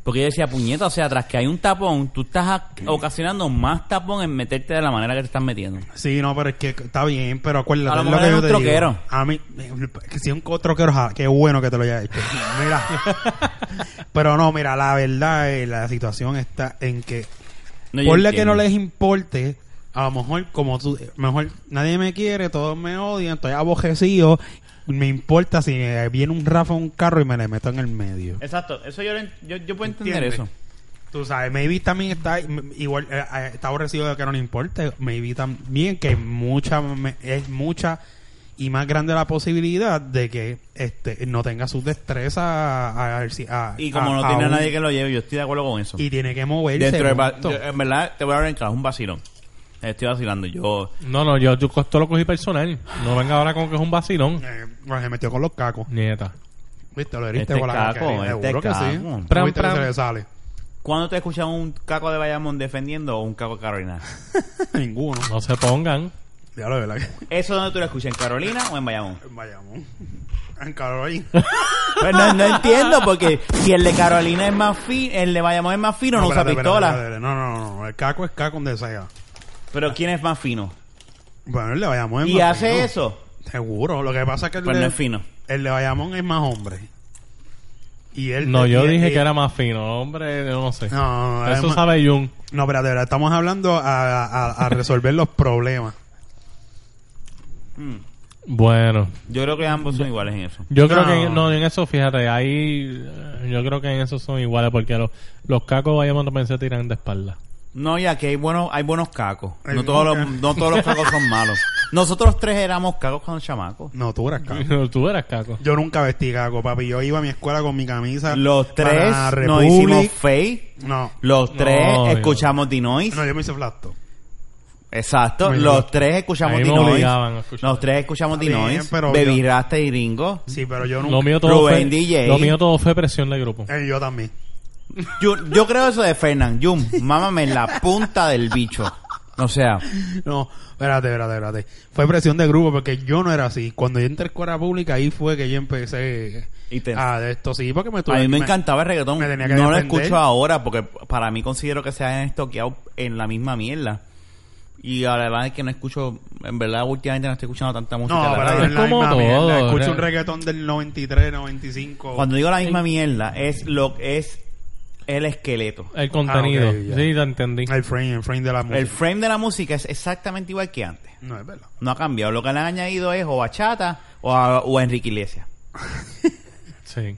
S2: Porque yo decía, puñeta, o sea, tras que hay un tapón, tú estás a- ocasionando más tapón en meterte de la manera que te estás metiendo.
S4: Sí, no, pero es que está bien, pero acuérdate.
S2: A lo
S4: es
S2: mejor
S4: que
S2: era
S4: yo
S2: un
S4: te digo.
S2: troquero.
S4: A mí, eh, que si es un co- troquero, ja, qué bueno que te lo haya hecho. Mira. pero no, mira, la verdad, eh, la situación está en que.
S2: No, yo
S4: ponle que
S2: entiendo.
S4: no les importe. A lo mejor, como tú, eh, mejor nadie me quiere, todos me odian, estoy abojecido. Me importa si eh, viene un Rafa a un carro y me le meto en el medio.
S2: Exacto, eso yo, lo en- yo, yo puedo entender
S4: ¿Entiendes?
S2: eso.
S4: Tú sabes, maybe también está igual eh, eh, está aborrecido de que no le importe, maybe también que mucha me- es mucha y más grande la posibilidad de que este no tenga sus destrezas a, a- a-
S2: Y como
S4: a-
S2: no
S4: a
S2: tiene a
S4: un-
S2: nadie que lo lleve, yo estoy de acuerdo con eso.
S4: y tiene que moverse.
S2: Dentro del va-
S4: punto.
S2: yo- eh, en verdad, te voy a hablar en claro, es un vacilón. Estoy vacilando. Yo,
S3: No, no, yo, yo esto lo cogí personal. No venga ahora con que es un vacilón.
S4: Eh, bueno, se metió con los cacos.
S3: Nieta.
S4: ¿Viste? Lo heriste
S2: este es
S4: con la
S2: caco,
S4: caquería,
S2: este
S4: Seguro
S2: es
S4: que sí.
S2: caco.
S3: Pram,
S4: ¿Viste que
S3: pram.
S4: se le sale?
S2: ¿Cuándo te escuchas un caco de Bayamón defendiendo o un caco de Carolina?
S4: Ninguno.
S3: No se pongan.
S4: Ya lo de la que.
S2: ¿Eso donde tú lo escuchas? ¿En Carolina o en Bayamón?
S4: Vayamos. En Carolina.
S2: Pues no, no entiendo, porque si el de Carolina es más fino, el de Bayamón es más fino, no, usa
S4: espérate, espérate,
S2: pistola.
S4: espérate, espérate. No, no, no. El caco es caco donde sea.
S2: Pero ¿quién es más fino?
S4: Bueno, le vayamos
S2: ¿Y hace eso?
S4: Seguro, lo que pasa es que el,
S2: Pues
S4: de,
S2: no es fino.
S4: el de Bayamón es más hombre. Y él
S3: No, yo
S4: y-
S3: dije
S4: y-
S3: que era más fino. Hombre, yo no sé.
S4: No, no, no, es
S3: Eso
S4: más-
S3: sabe Jun.
S4: No, pero de verdad, estamos hablando a, a- a resolver los problemas.
S3: Bueno.
S2: Yo creo que ambos son iguales en eso.
S3: Yo creo
S4: No.
S3: que en- no, en eso, fíjate, ahí eh, yo creo que en eso son iguales porque los, los cacos vayamos también se tiran de espalda.
S2: No, ya que hay buenos, hay buenos cacos. No
S4: Ay,
S2: todos,
S4: nunca.
S2: los, no todos los cacos son malos. Nosotros tres éramos cacos con chamacos.
S4: No, tú eras caco.
S3: Tú eras caco.
S4: Yo nunca vestí caco, papi. Yo iba a mi escuela con mi camisa.
S2: Los tres
S4: para
S2: nos
S4: Republic.
S2: hicimos fake.
S4: No,
S2: Los
S3: No,
S2: tres
S3: Dios.
S2: escuchamos The Noise.
S4: no, yo me hice flato.
S2: Exacto.
S4: Muy
S2: Los
S4: bien.
S2: tres escuchamos
S3: Ahí
S2: The
S3: me
S2: Noise.
S3: obligaban a escuchar.
S2: Los tres escuchamos The
S4: Está bien,
S2: Noise.
S4: pero
S2: Baby
S4: yo-
S2: Rasta y Ringo.
S4: Sí, pero yo nunca.
S3: Lo mío todo
S2: Rubén
S3: fue,
S2: DJ.
S3: Lo mío todo fue presión de grupo.
S4: Eh, yo también.
S2: Yo, yo creo eso de Fernan. Jun, mámame en la punta del bicho. O sea,
S4: No, espérate, espérate, espérate. Fue presión de grupo porque yo no era así. Cuando yo entré a escuela pública, ahí fue que yo empecé
S2: Y te-
S4: a de esto. Sí, porque me tuve
S2: a mí me,
S4: me-
S2: encantaba el reggaetón.
S4: me tenía que
S2: no lo
S4: defender.
S2: escucho ahora porque para mí considero que se han estoqueado en la misma mierda. Y la verdad es que no escucho, en verdad últimamente no estoy escuchando tanta música.
S4: No,
S2: en la
S4: pero
S2: radio.
S4: es la
S3: como
S4: misma
S3: todo,
S4: mierda. Escucho
S3: ¿verdad?
S4: un reggaetón del 93, 95.
S2: Cuando digo la misma mierda, es lo es el esqueleto.
S3: El contenido.
S4: Ah, ok, ya.
S3: sí, te entendí.
S4: El frame, el frame de la música.
S2: El frame de la música es exactamente igual que antes.
S4: No, es verdad.
S2: No ha cambiado. Lo que le han añadido es o bachata o a, o a Enrique Iglesias.
S3: Sí.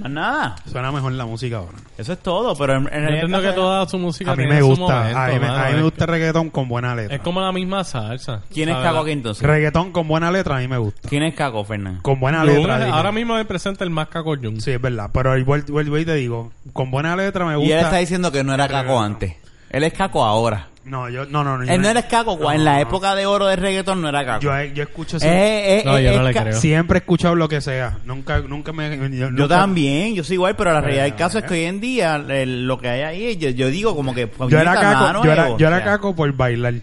S2: Más nada.
S4: Suena mejor la música ahora.
S2: Eso es todo. Pero en, en
S3: Yo
S2: realidad
S3: entiendo que
S2: casi-
S3: toda su música
S4: A mí
S3: tiene
S4: me
S3: su
S4: gusta.
S3: momento,
S4: a mí, me,
S3: mano.
S4: a mí me
S3: Es-
S4: gusta el reggaetón con buena letra.
S3: Es como la misma salsa.
S2: ¿Quién es
S3: ¿sabes?
S2: Caco aquí entonces?
S4: Reggaetón con buena letra a mí me gusta.
S2: ¿Quién es Caco, Fernan?
S4: Con buena
S3: Jun
S4: letra.
S3: es-
S4: digo.
S3: ahora mismo me presenta el más caco Jun.
S4: Sí, es verdad. Pero el vuel- vuelvo y te digo, con buena letra me gusta.
S2: Y él está diciendo que no era Caco
S4: Reggaetón.
S2: antes. Él es Caco ahora.
S4: No, yo, no, no, no. yo
S2: Él no era Caco.
S4: no,
S2: en la
S4: no.
S2: época de oro del reggaetón no era Caco.
S4: Yo, yo escucho
S2: Eh, eh,
S3: No,
S2: eh,
S3: yo
S2: es
S3: no le
S2: Ca-
S3: creo.
S4: Siempre he escuchado lo que sea. Nunca, nunca me. Yo,
S2: Yo
S4: nunca-
S2: también, yo soy igual, pero la realidad del
S4: Eh,
S2: caso es que hoy en día eh, lo que hay ahí, yo, yo digo como que...
S4: Yo era
S2: puñeta,
S4: caco,
S2: mano,
S4: yo era,
S2: eh, o
S4: yo era
S2: sea.
S4: caco por bailar,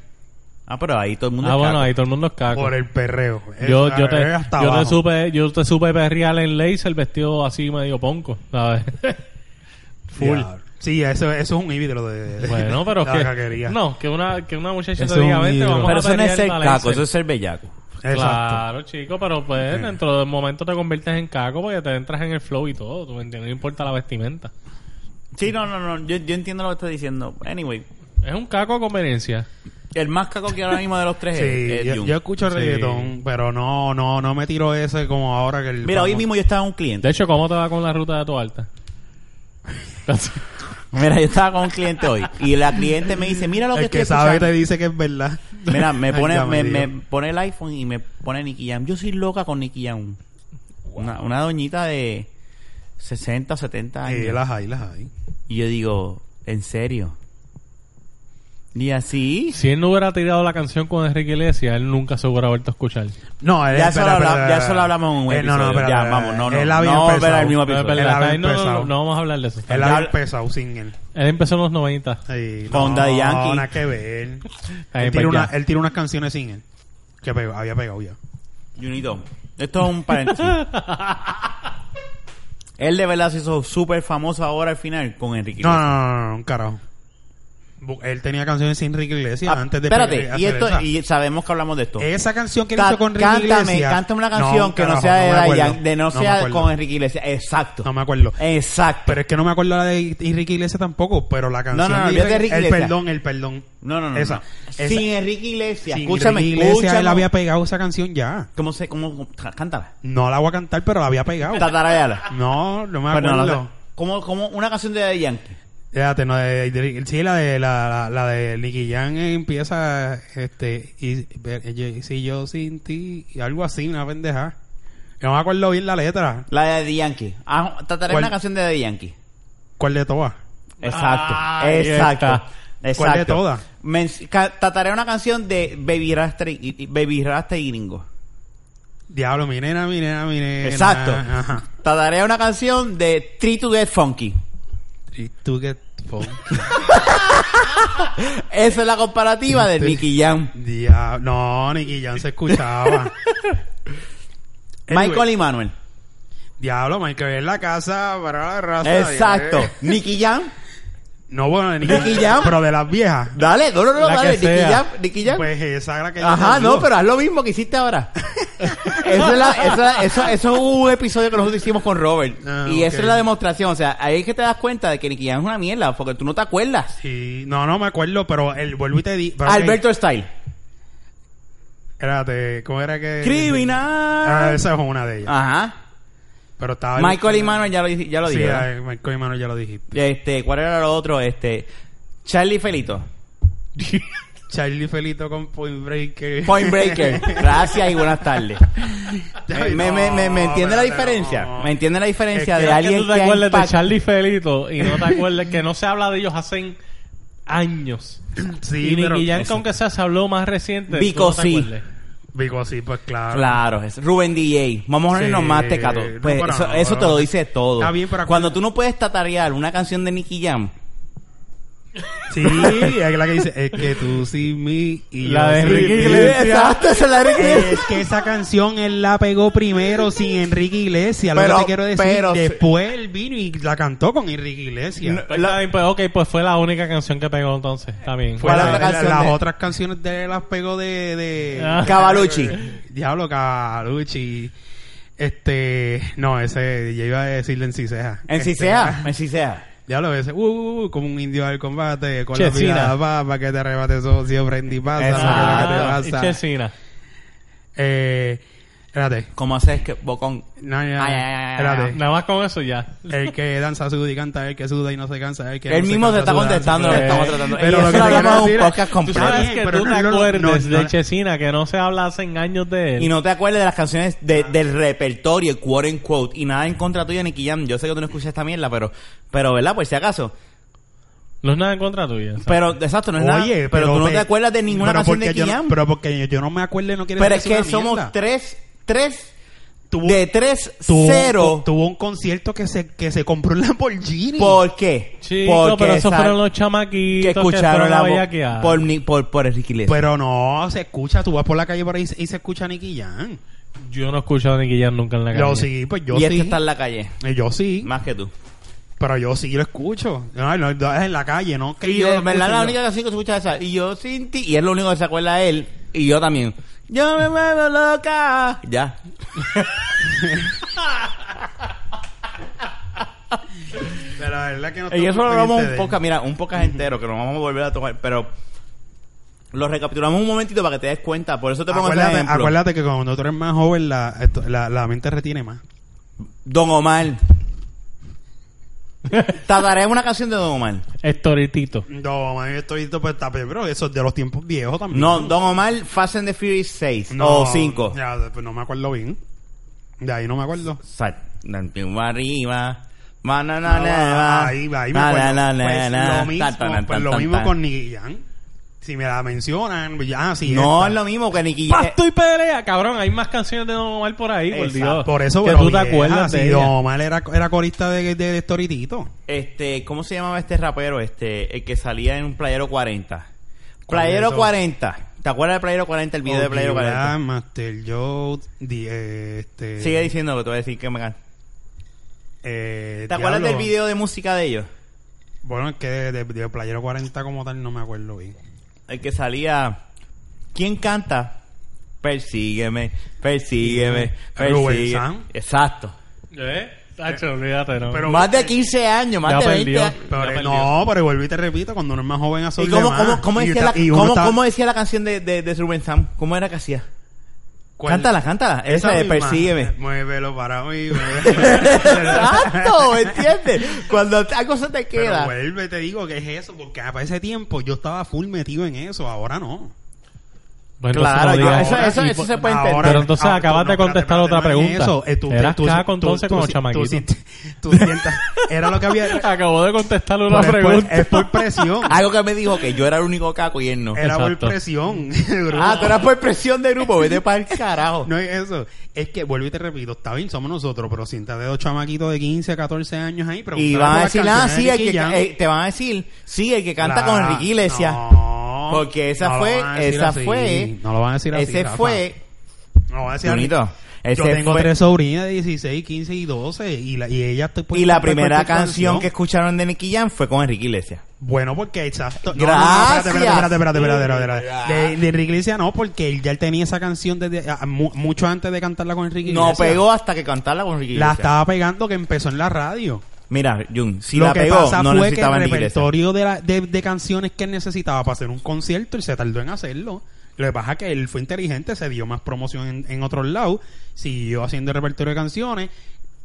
S2: Ah, pero ahí todo el mundo
S3: Ah,
S2: es
S3: bueno,
S2: caco.
S3: ahí todo el mundo es caco.
S4: por el perreo.
S3: Yo,
S4: Es-
S3: yo, te,
S4: es hasta
S3: yo, te
S4: abajo.
S3: supe, yo te supe perrear en Laser vestido así medio ponco, ¿sabes? Full.
S4: Ya. Sí, eso, eso es un ídolo de, de-
S3: Bueno, pero
S4: de
S3: que...
S4: la caquería.
S3: No, que una, que una muchacha
S4: Eso
S3: te
S4: es
S3: diga,
S4: un
S3: vente,
S4: ídolo.
S3: vamos
S2: Pero
S3: a
S2: eso no es
S3: perrear
S2: ser
S3: pa'
S2: caco,
S3: Laser".
S2: eso es ser bellaco.
S4: Exacto.
S3: Claro, chico, pero pues dentro del momento te conviertes en caco porque te entras en el flow y todo, ¿tú me entiendes? No importa la vestimenta.
S2: Sí, no, no, no, yo, yo entiendo lo que estás diciendo. Anyway,
S3: Es un caco a conveniencia.
S2: el más caco que ahora mismo de los tres es,
S4: Sí,
S2: es
S4: yo,
S2: Jun.
S4: yo escucho
S3: Sí.
S4: reggaetón, pero no, no, no me tiro ese como ahora que el.
S2: Mira, hoy
S4: vamos-
S2: mismo yo estaba en un cliente.
S3: De hecho, ¿cómo te va con la ruta de tu alta?
S2: Mira, yo estaba con un cliente hoy y la cliente me dice, mira lo que
S4: El
S2: estoy
S4: que sabe
S2: escuchando".
S4: te dice que es verdad.
S2: Mira, me
S4: Ay,
S2: pone,
S4: ya
S2: me,
S4: digo.
S2: me pone el iPhone y me pone Nicky Jam. Yo soy loca con Nicky Jam. Una, una doñita de 60 o 70
S4: Ay,
S2: años.
S4: las hay, las hay.
S2: Y yo digo, ¿en serio? Y así.
S3: si él no hubiera tirado la canción con Enrique Iglesias, él nunca se hubiera vuelto a escuchar.
S4: No, él-
S2: Ya eso, lo
S4: espera,
S2: habla-
S4: espera,
S2: ya
S4: espera.
S2: eso lo hablamos en un
S4: Eh,
S2: episodio.
S4: No, no, espera,
S2: ya,
S4: espera. eh,
S2: vamos, no, no.
S4: Él había
S2: no, vamos a volver
S4: empezado.
S2: al mismo
S3: No, es
S2: episodio.
S3: verdad,
S4: Él había
S3: no, no,
S4: empezado.
S3: no, no vamos a hablar de eso.
S4: Él
S2: Ya
S4: había
S2: habla-
S4: empezado sin él.
S3: Él empezó en los 90.
S4: Sí,
S2: Con Daddy Yankee.
S4: nada que ver.
S3: Ahí,
S4: Él tira,
S3: pues,
S4: una-
S3: ya.
S4: él tira unas canciones sin él. Que pegó, había pegado ya.
S2: Junito, esto es un paréntesis. Él de verdad se hizo súper famoso ahora al final con Enrique
S4: No,
S2: Iglesias.
S4: no, no, no, no, carajo. Bu- Él tenía canciones sin Ricky Iglesias
S2: Ah,
S4: antes de
S2: espérate,
S4: hacer
S2: y, esto,
S4: esa.
S2: y sabemos que hablamos de esto.
S4: Esa canción que él
S2: Ca-
S4: hizo con Ricky
S2: cántame,
S4: Iglesias.
S2: cántame una canción que no
S4: carajo,
S2: sea de
S4: me acuerdo.
S2: Dayan, de no,
S4: me
S2: sea
S4: acuerdo.
S2: con Enrique Iglesias. Exacto.
S4: No me acuerdo.
S2: Exacto.
S4: Pero es que no me acuerdo la de Ricky Iglesias tampoco, pero la canción
S2: no, no,
S4: de
S2: olvídate de Enrique
S4: El
S2: Iglesias.
S4: perdón, el perdón.
S2: no, no, no.
S4: Esa.
S2: no.
S4: esa-
S2: Sin Enrique Iglesias.
S4: sin
S2: escúchame,
S4: Ricky Iglesias, él
S2: escúchame.
S4: había pegado esa canción ya.
S2: ¿Cómo se, cómo, cómo- cántala?
S4: No la voy a cantar, pero la había pegado.
S2: Tataráyala.
S4: No, Pues no me
S2: Pero no,
S4: acuerdo.
S2: la- como, como una canción de Daddy Yankee.
S4: Fíjate, no, de, de- sí, la de, la, la, la de Nicky Jam empieza, este, y, ver- yo- si yo sin ti, y algo así, una pendeja. No me acuerdo bien la letra.
S2: La de Daddy Yankee. Ah, tataré
S4: ¿Cuál?
S2: una canción de Daddy Yankee.
S4: ¿Cuál de todas?
S2: Exacto.
S3: Ahí
S2: exacto.
S3: está.
S2: Exacto.
S4: ¿Cuál de todas?
S2: Men- ca- tataré una canción de Baby Rasta y, y- Baby Rasta y Gringo.
S4: Diablo, mi nena, mi nena, mi nena.
S2: Exacto.
S4: Eh, Ajá.
S2: Tataré una canción de Three to Get Funky.
S4: Y tú que... pon-
S2: Esa es la comparativa
S4: Este
S2: de Nicky Jam.
S4: Diablo. No, Nicky Jam se escuchaba. Anyway,
S2: Michael y Manuel.
S4: Diablo, Michael en la casa para la raza.
S2: Exacto.
S4: diablo.
S2: Nicky Jam.
S4: No, bueno, de Nicky,
S2: Nicky
S4: Jam.
S2: Jam.
S4: Pero de las viejas.
S2: Dale, no, no, no,
S3: La que
S2: dale. Nicky
S3: sea.
S2: Jam. Nicky Jam.
S4: Pues esa era la que yo
S2: Ajá,
S4: te
S2: no,
S4: digo.
S2: pero haz lo mismo que hiciste ahora. eso, es la- eso es la- eso- eso es un episodio que nosotros hicimos con Robert.
S4: Ah,
S2: y eso
S4: ok.
S2: es la demostración. O sea, ahí es que te das cuenta de que Nicky Jam es una mierda, porque tú no te acuerdas.
S4: Sí, no, no me acuerdo, pero el vuelvo y te di. pero, ok,
S2: Alberto Style.
S4: Espérate, ¿cómo era que.? Ah,
S2: Criminal.
S4: esa es una de ellas.
S2: Ajá.
S4: Pero estaba.
S2: Michael y Manuel ya lo, dij- ya lo
S4: Ah, Sí,
S2: dije.
S4: ah, Michael y Manuel ya lo dijiste.
S2: ¿verdad? Este, ¿cuál era lo otro? Este, Charlie Felito.
S4: Charlie Felito con Point Breaker.
S2: Point Breaker. Gracias y buenas tardes. Me,
S4: Ay,
S2: me, me, me- me
S4: no,
S2: entiende la
S4: espérate,
S2: diferencia.
S4: no.
S2: Me entiende la diferencia
S4: Es que
S2: de
S4: es que
S2: alguien
S3: tú te
S2: que ha
S3: acuerdas de
S2: impact-
S3: Charlie Felito y no te acuerdas que no se habla de ellos hace años.
S4: Sí,
S3: y
S4: pero.
S3: Nicky Jam,
S2: Exacto.
S3: aunque sea, se habló más reciente.
S2: Vico
S3: tú no te
S2: sí.
S3: acuerdas.
S4: Vico, sí, pues claro.
S2: Claro, es Rubén DJ. Vamos a ponernos
S4: Sí,
S2: más tecato.
S4: no,
S2: Pues
S4: pero
S2: eso,
S4: no,
S2: eso te
S4: pero-
S2: lo dice todo.
S4: Está bien, pero
S2: Cuando
S4: acuérdate-
S2: tú no puedes tatarear una canción de Nicky Jam.
S4: Sí, es la que dice. Es que tú sin mí y
S3: La de
S4: yo sin
S3: Enrique
S4: ti.
S3: Iglesias.
S2: Exacto, esa es la de Enrique Iglesias.
S4: Es que esa canción él la pegó primero sin Enrique Iglesias. lo
S2: Pero-
S4: que te quiero decir,
S2: pero-
S4: después él vino y la cantó con Enrique Iglesias.
S3: Pues está bien, pues, ok, pues fue la única canción que pegó entonces. Está bien.
S4: Fue
S2: ¿Cuál
S4: Pues la-
S2: otra
S4: la-
S2: canción
S4: las
S2: de-
S4: otras canciones de él las pegó de, de...
S3: Ah.
S2: Cavalucci.
S4: Diablo Cavalucci. Este, no, ese, yo iba a decirle en Ciseja.
S2: En
S4: Este,
S2: Cicea, en Cicea.
S4: Diablo, ese, uh, uh, uh, como un indio al combate, con
S3: Chesina.
S4: la vida papa, que te arrebate socio, prendí pasa, no sé lo
S3: Ah,
S4: que
S3: y
S4: te pasa.
S3: Chesina.
S4: Eh, espérate.
S2: ¿Cómo haces que Bocón?
S4: No, no, no,
S2: Ay, ay, ay, ay,
S4: espérate.
S3: Nada más con eso ya.
S4: El que danza suda y canta, el que suda y no se cansa, el que
S2: Él
S4: no
S2: mismo
S4: se
S2: se
S4: cansa,
S2: está contestando
S4: suda,
S2: lo
S4: suda.
S2: que estamos tratando.
S4: Pero
S2: y
S4: lo
S2: eso
S4: que
S2: lo
S4: te
S2: hablamos en
S4: quiero
S2: un
S4: decir-
S2: podcast
S4: Tú
S3: Tú
S2: completo.
S3: sabes
S4: Está bien,
S3: que
S4: pero
S3: tú te
S4: no, no, no,
S3: acuerdes
S4: no, no.
S3: de Chesina, que no se habla hace años de él.
S2: Y no te acuerdes de las canciones de- del repertorio, quote en quote. Y nada en contra tuya, Nicky Jam. Yo sé que tú no escuchas esta mierda, pero, pero ¿verdad? Por si acaso.
S3: No es nada en contra tuya. ¿sabes?
S2: Pero, exacto, no es nada.
S4: Oye,
S2: Pero, tú no
S4: pe-
S2: te acuerdas de ninguna
S4: pero
S2: canción
S4: porque
S2: de Nicky
S4: yo no-
S2: Jam.
S4: Pero porque yo- yo no me acuerdo, no quiere
S2: Pero es
S4: decir
S2: que
S4: es una
S2: somos
S4: mierda.
S2: tres, tres,
S4: Tuvo-
S2: de tres,
S4: Tuvo-
S2: cero.
S4: tu- Tuvo un concierto que se, que se compró un Lamborghini.
S2: ¿Por qué?
S3: Chico, pero esos
S2: esa-
S3: fueron los
S2: que
S3: chamaquitos
S2: escucharon la voz
S3: bellaqueada.
S2: por, ni- por, por Enrique Iglesias.
S4: Pero no, se escucha. Tú vas por la calle por ahí y se- y se escucha Nicky Jam.
S3: Yo no he escuchado a Nicky Jam nunca en la calle.
S4: Yo sí, pues yo
S2: y
S4: sí.
S2: este está en la calle,
S4: Eh, Yo sí,
S2: más que tú.
S4: pero yo sí lo escucho. No, no, no, es en la calle, ¿no? Que
S2: Y yo,
S4: yo lo
S2: en verdad,
S4: escucho
S2: la
S4: yo.
S2: única canción que se escucha es esa. Y yo sin ti. Y es lo único que se acuerda él. Y yo también. Yo me muevo loca. Ya.
S4: Pero la verdad que no
S2: Y eso lo hablamos un
S4: poco
S2: poco, mira, un poco entero que nos vamos a volver a tomar. Pero lo recapitulamos un momentito para que te des cuenta. Por eso te pongo este
S4: Acuérdate,
S2: ejemplo.
S4: acuérdate que cuando tú eres más joven, la, esto- la, la mente retiene más.
S2: Don Omar. Tataré una canción de Don Omar.
S3: Estoritito.
S4: No, mami, estoy pues está pero eso es de los tiempos viejos también.
S2: No, Don Omar, Fast and the Furious 6 o 5.
S4: Ya, pues, no me acuerdo bien. De ahí no me acuerdo.
S2: Sal, Dantium arriba. Banana neva.
S4: Ah, Ahí, ahí me
S2: Na,
S4: acuerdo.
S2: na, na,
S4: Pues,
S2: na,
S4: lo mismo,
S2: tan, tan, tan,
S4: pues, lo
S2: tan,
S4: mismo
S2: tan.
S4: con Nicky Jam. Si me la mencionan, pues, ya, sí.
S2: No
S4: esta.
S2: es lo mismo que Nicky
S3: Pasto y pelea, cabrón. Hay más canciones de Don Omar por ahí, por
S2: Exacto.
S3: Dios.
S4: Por eso,
S3: que
S4: pero
S3: tú te
S4: vieja,
S3: acuerdas
S4: si
S3: de ella.
S4: Don Omar era, era corista de, de, de Storitito.
S2: Este, ¿cómo se llamaba este rapero? Este, el que salía en un Playero 40.
S4: ¿Cuál es
S2: Playero
S4: eso?
S2: 40. ¿Te acuerdas de Playero 40? El video de Playero 40.
S4: Ah, Master Joe, di- eh, este...
S2: Sigue diciendo que te voy a decir que me gana.
S4: eh,
S2: ¿Te acuerdas del
S4: diablo.
S2: video de música de ellos?
S4: Bueno, es que de, de- de Playero 40 como tal no me acuerdo bien.
S2: El que salía. ¿Quién canta? Persígueme, persígueme,
S4: Rubén
S2: persígueme.
S4: Sam.
S2: Exacto.
S3: ¿Eh? Tacho, olvídate, ¿no?
S4: Pero-
S2: Más de 15 años, más
S3: Ya
S2: de 20
S3: perdió.
S2: años.
S4: Pero,
S3: Ya
S4: eh,
S3: perdió.
S4: no, pero vuelvo y te repito, cuando uno es más joven hace
S2: ¿Y cómo, cómo, cómo decía la, cómo- cómo decía la canción de, de, de Rubén Sam? ¿Cómo era que hacía? Cántala, cántala. Esa, de Persígueme.
S4: Muévelo para mí.
S2: Exacto, ¿entiendes? Cuando algo se te
S4: Pero
S2: Ah, queda.
S4: vuelve, te digo que es eso, porque para ese tiempo yo estaba full metido en eso, ahora no. pues,
S3: Bueno,
S2: claro,
S3: se lo
S2: yo-
S3: digas.
S2: eso-
S3: Ahora-
S2: eso-
S3: y
S2: eso
S3: po-
S2: se puede entender.
S3: Pero entonces acabas de contestar otra pregunta.
S4: Eh,
S3: Eras caco entonces como chamaquito.
S4: chamaquito. Era lo que había.
S3: Acabo de contestar una
S4: Pero es por-
S3: pregunta.
S4: Es por presión.
S2: Algo que me dijo que yo era el único caco y él no.
S4: Era por
S3: Exacto.
S4: presión.
S2: Ah, tú eras por presión de grupo, vete para el carajo.
S4: No es eso. Es que, vuelvo y te repito, está bien, somos nosotros, pero siéntate dos chamaquitos de 15, 14 años ahí.
S2: y
S4: preguntarle por
S2: van a
S4: las
S2: decir, ah,
S4: canciones
S2: sí,
S4: de
S2: el que,
S4: Nicky Jam.
S2: eh, te van a decir, sí, el que canta con
S4: Claro.
S2: Enrique Iglesias.
S4: No,
S2: Porque esa
S4: no lo
S2: fue-
S4: van a decir
S2: esa
S4: así.
S2: fue-
S4: No lo van a decir así.
S2: Ese
S4: Rafa.
S2: fue,
S4: No lo van a decir así.
S2: bonito.
S4: Yo
S2: Ese
S4: tengo
S2: fue.
S4: tres sobrinas de 16, 15 y 12 y, la, y ellas te pueden
S2: Y la
S4: cantar
S2: primera
S4: cualquier
S2: canción que escucharon de Nicky Jam fue con Enrique Iglesias.
S4: Bueno, porque exacto.
S2: Gracias.
S4: espérate, espérate, espérate, espérate, espérate, espérate. De, de Enrique Iglesias no, porque él ya tenía esa canción desde, ah, mu- mucho antes de cantarla con Enrique
S2: No
S4: Iglesias.
S2: pegó hasta que cantarla con Enrique
S4: La
S2: Iglesias.
S4: estaba pegando que empezó en la radio.
S2: Mira, Jun, si
S4: lo
S2: la
S4: que
S2: pegó,
S4: pasa
S2: no
S4: fue que
S2: necesitaba
S4: el
S2: Enrique Iglesias.
S4: repertorio de, la- de, de canciones que él necesitaba para hacer un concierto y se tardó en hacerlo. Lo que pasa es que él fue inteligente, se dio más promoción en, en otros lados, siguió haciendo el repertorio de canciones,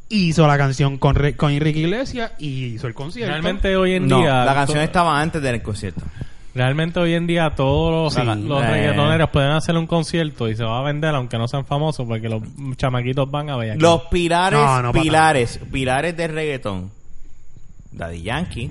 S4: hizo la canción con, Re- con Enrique Iglesias y hizo el concierto.
S3: Realmente hoy en
S2: No,
S3: día...
S2: la canción
S3: to-
S2: estaba antes del concierto.
S3: Realmente hoy en día todos los,
S2: Sí,
S3: los
S2: eh.
S3: reggaetoneros pueden hacer un concierto y se va a vender aunque no sean famosos porque los chamaquitos van a ver aquí.
S2: Los pilares,
S4: No, no, pa'
S2: pilares, pilares de reggaetón. Daddy Yankee.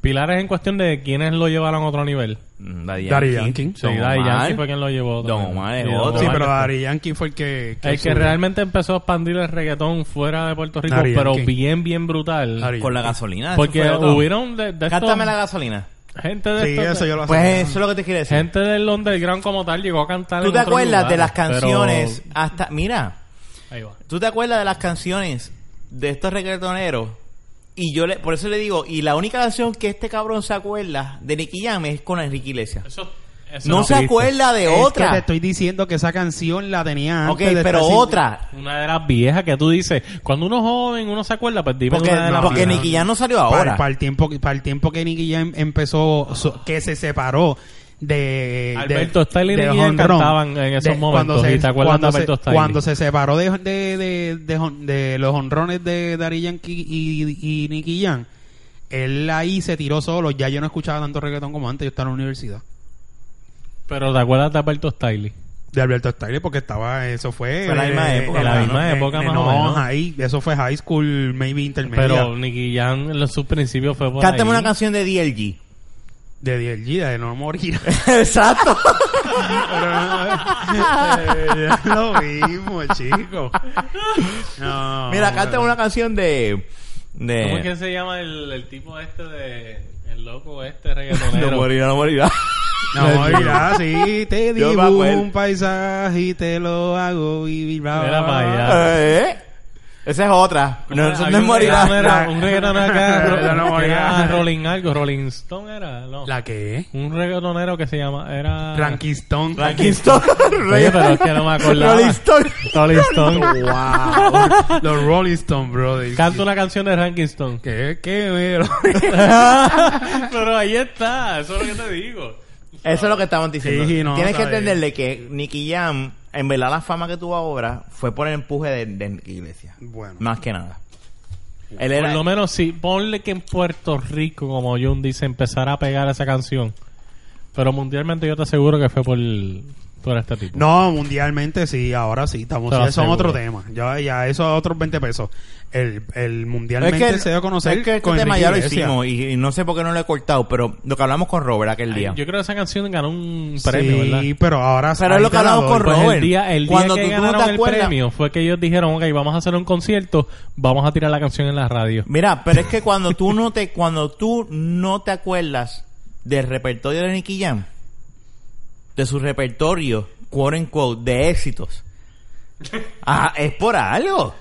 S3: Pilares en cuestión de quiénes lo llevaron a otro nivel.
S2: mm, Daddy
S4: Daddy
S2: Yankee.
S4: Yankee.
S3: Sí,
S2: Don
S3: Daddy
S2: Omar.
S3: Yankee fue quien lo llevó. a otro
S2: Don
S3: nivel.
S2: Omar es
S3: Y Don
S2: otro.
S4: Sí,
S3: Omar
S4: pero
S3: que-
S4: Daddy Yankee fue el que...
S3: El que
S4: subió.
S3: realmente empezó a expandir el reggaetón fuera de Puerto Rico,
S4: Daddy
S3: pero
S4: Yankee.
S3: bien, bien brutal.
S4: Daddy
S2: Con la
S4: Ah,
S2: gasolina. eso
S3: Porque
S2: fue otro.
S3: hubieron de, de estos-
S2: Cántame la gasolina.
S3: gente de
S4: Sí,
S3: estos-
S4: eso yo lo
S2: Pues
S4: acepto.
S2: eso es lo que te quiero decir.
S3: gente del underground como tal llegó a cantar.
S2: ¿Tú
S3: en
S2: te
S3: otros
S2: acuerdas de
S3: lugares,
S2: las
S3: pero-
S2: canciones hasta... Mira,
S3: Ahí va.
S2: ¿Tú te acuerdas de las canciones de estos reggaetoneros? Y yo le, por eso le digo, y la única canción que este cabrón se acuerda de Nicky Jam es con Enrique Iglesias.
S3: Eso- eso
S2: No, se
S3: existe.
S2: acuerda de
S4: Es
S2: otra.
S4: que te estoy diciendo que esa canción la tenía antes
S2: ok,
S4: de
S2: pero
S4: estar sin-
S2: otra.
S3: Una de las viejas que tú dices, cuando uno es joven, uno se acuerda, pues dime
S2: Porque,
S3: una de las
S2: porque
S3: viejas.
S2: Nicky Jam no salió
S4: Para-
S2: ahora.
S4: Para, el tiempo que- para el tiempo que Nicky Jam empezó, so- que se separó de...
S3: Alberto
S4: de-
S3: Stella y
S4: de
S3: Nicky Jam
S4: Hon Ron.
S3: cantaban en esos momentos,
S4: cuando
S3: ¿y te acuerdas de
S4: cuando
S3: Alberto
S4: se,
S3: Stella?
S4: Cuando se separó de, de, de, de Hon- de los honrones de Daddy Yankee y, y Nicky Jam, él ahí se tiró solo. Ya yo no escuchaba tanto reggaetón como antes, yo estaba en la universidad.
S3: Pero te acuerdas de Alberto Stiley.
S4: De Alberto Style porque estaba, eso fue... eh,
S2: Fue la misma época,
S4: en
S2: la
S3: misma
S4: en-
S3: época,
S4: en-
S3: más
S4: no,
S3: o menos.
S4: ahí, eso fue high school, maybe intermedia.
S3: Pero Nicky Jam en sus principios fue por
S2: Cántame
S3: ahí.
S2: una canción de DLG.
S4: De DLG, de no morir.
S2: Exacto.
S4: Pero, eh, lo mismo, chico. No.
S2: Mira, cántame una canción de... de
S3: ¿Cómo es que se llama el, el tipo este de... El loco este
S2: no
S3: reggaetonero?
S2: morirá, no morirá.
S4: No, mira, sí, te
S2: Yo me
S4: dibujo
S2: acuerdo.
S4: un paisaje y te lo hago vivir. bla, bla,
S3: Mira
S4: bla,
S3: para
S4: bla.
S3: allá.
S2: ¿Eh? Esa es otra.
S3: ¿Cómo
S2: No,
S3: era?
S2: eso
S3: Había
S2: no es
S3: un
S2: morirá.
S3: reggaetonero- Un reggaetonero acá.
S4: No, no, no,
S3: que era
S4: morirá.
S3: Rolling algo. Rolling Stone era. No.
S4: ¿La qué?
S3: Un reggaetonero que se llama... Era...
S4: Rankistón.
S2: Rolling Stone.
S3: Oye, pero es que no me acordaba.
S2: Rolling Stone.
S3: Rolling Stone.
S4: Wow. Los Rolling Stone, brother.
S3: Canta una canción de Ranking Stone.
S4: ¿Qué? ¿Qué? mero?
S3: Pero ahí está, eso es lo que te digo.
S2: Eso es lo que estamos diciendo.
S4: Sí, no,
S2: Tienes que
S4: está bien.
S2: entenderle que Nicky Jam, en verdad la fama que tuvo ahora fue por el empuje de, de Enrique Iglesias.
S4: Bueno.
S2: Más que nada. Él
S3: Por
S4: eh.
S2: era...
S3: lo menos sí, ponle que en Puerto Rico, como John dice, empezara a pegar esa canción. Pero mundialmente yo te aseguro que fue por, por este tipo.
S4: No, mundialmente sí, ahora sí, estamos,
S3: Estaba
S4: ya son
S3: seguro.
S4: otro tema, ya, ya eso es otros 20 pesos. El, el
S2: es
S4: mundialmente
S2: que,
S4: se dio a conocer
S2: es que este
S4: con
S2: tema
S4: Enrique
S2: ya lo
S4: Iglesias.
S2: hicimos y, y no sé por qué no lo he cortado, pero lo que hablamos con Robert aquel día.
S3: Ay, Yo creo que esa canción ganó un premio, ¿verdad?
S4: Sí, pero ahora
S2: Pero es
S4: ahí
S2: lo que
S4: te la
S2: hablamos
S4: doy.
S2: con
S3: Pues
S2: Robert,
S3: el día, el día
S2: cuando
S3: que
S2: tú- tú no
S3: ganaron
S2: te
S3: el
S2: acuerdas-
S3: premio fue que ellos dijeron, ok, vamos a hacer un concierto, vamos a tirar la canción en la radio.
S2: Mira, pero es que cuando tú no te, cuando tú no te acuerdas del repertorio de Nicky Jam, de su repertorio, quote unquote, de éxitos, ah, es por algo.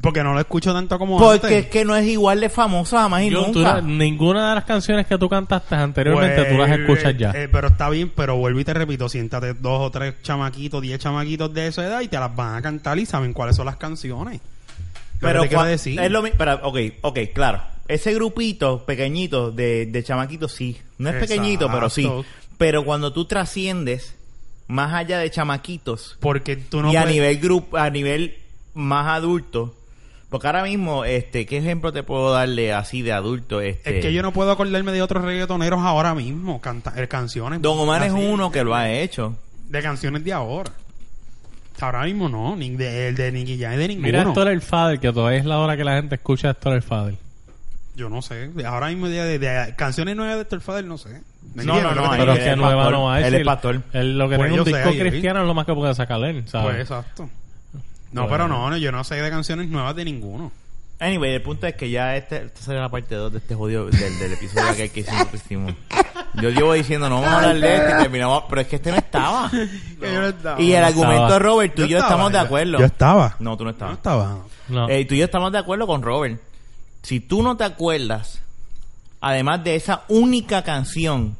S4: Porque no lo escucho tanto como
S2: Porque es
S4: antes.
S2: que no es igual de famosa jamás y
S3: John, tú
S2: nunca.
S3: no- ninguna de las canciones que tú cantaste anteriormente tú las
S4: Pues,
S3: escuchas ya.
S4: eh, pero está bien, pero vuelvo y te repito, siéntate dos o tres chamaquitos, diez chamaquitos de esa edad y te las van a cantar y saben cuáles son las canciones. Lo que
S2: Pero
S4: te quiero
S2: cua-
S4: decir.
S2: es lo mismo. Ok, ok, claro. Ese grupito pequeñito de, de chamaquitos, sí. No es pequeñito, pero sí.
S4: Exacto.
S2: Pero cuando tú trasciendes más allá de chamaquitos
S4: Porque tú no
S2: y a
S4: puedes-
S2: nivel grupo, a nivel más adulto. Porque ahora mismo, este, ¿qué ejemplo te puedo darle así de adulto? Este,
S4: Es que yo no puedo acordarme de otros reggaetoneros ahora mismo, canta, eh, canciones.
S2: Don Omar es
S4: así,
S2: uno que lo ha hecho.
S4: De canciones de ahora. Ahora mismo no, ni de, el de Nicky Jam, de ninguno.
S3: Mira esto era el Fader, que todavía es la hora que la gente escucha esto era el Fader.
S4: Yo no sé, de ahora mismo de, de- de canciones nuevas de Héctor Fader no sé. ¿Me
S2: No, no,
S4: entiendes lo
S2: no,
S4: que te
S3: Pero
S2: ahí
S3: es
S4: quiero
S2: él
S3: que
S2: es
S3: nueva
S2: pastor,
S3: no va a
S2: él es
S3: decir.
S2: pastor.
S3: Él lo que
S4: Pues
S3: tiene
S4: yo
S3: un
S4: sé,
S3: disco
S4: ahí, ahí.
S3: cristiano es lo más que puede sacar él,
S4: decir? Pues
S3: ¿sabes?
S4: exacto. No,
S3: Bueno.
S4: pero no, no, yo no sé de canciones nuevas de ninguno.
S2: Anyway, el punto es que ya este, esta será la parte 2 de este jodido del, del episodio aquel que hicimos, que hicimos. Yo llevo diciendo, no vamos a hablar de este, y terminamos, pero es que este no estaba. Y el argumento de
S3: estaba.
S2: Robert, tú y yo
S4: estaba,
S2: estamos de
S4: yo-
S2: acuerdo.
S4: Yo estaba.
S2: No, tú no estabas.
S4: No estaba.
S3: No.
S2: Eh, tú y yo estamos de acuerdo con Robert. Si tú no te acuerdas, además de esa única canción,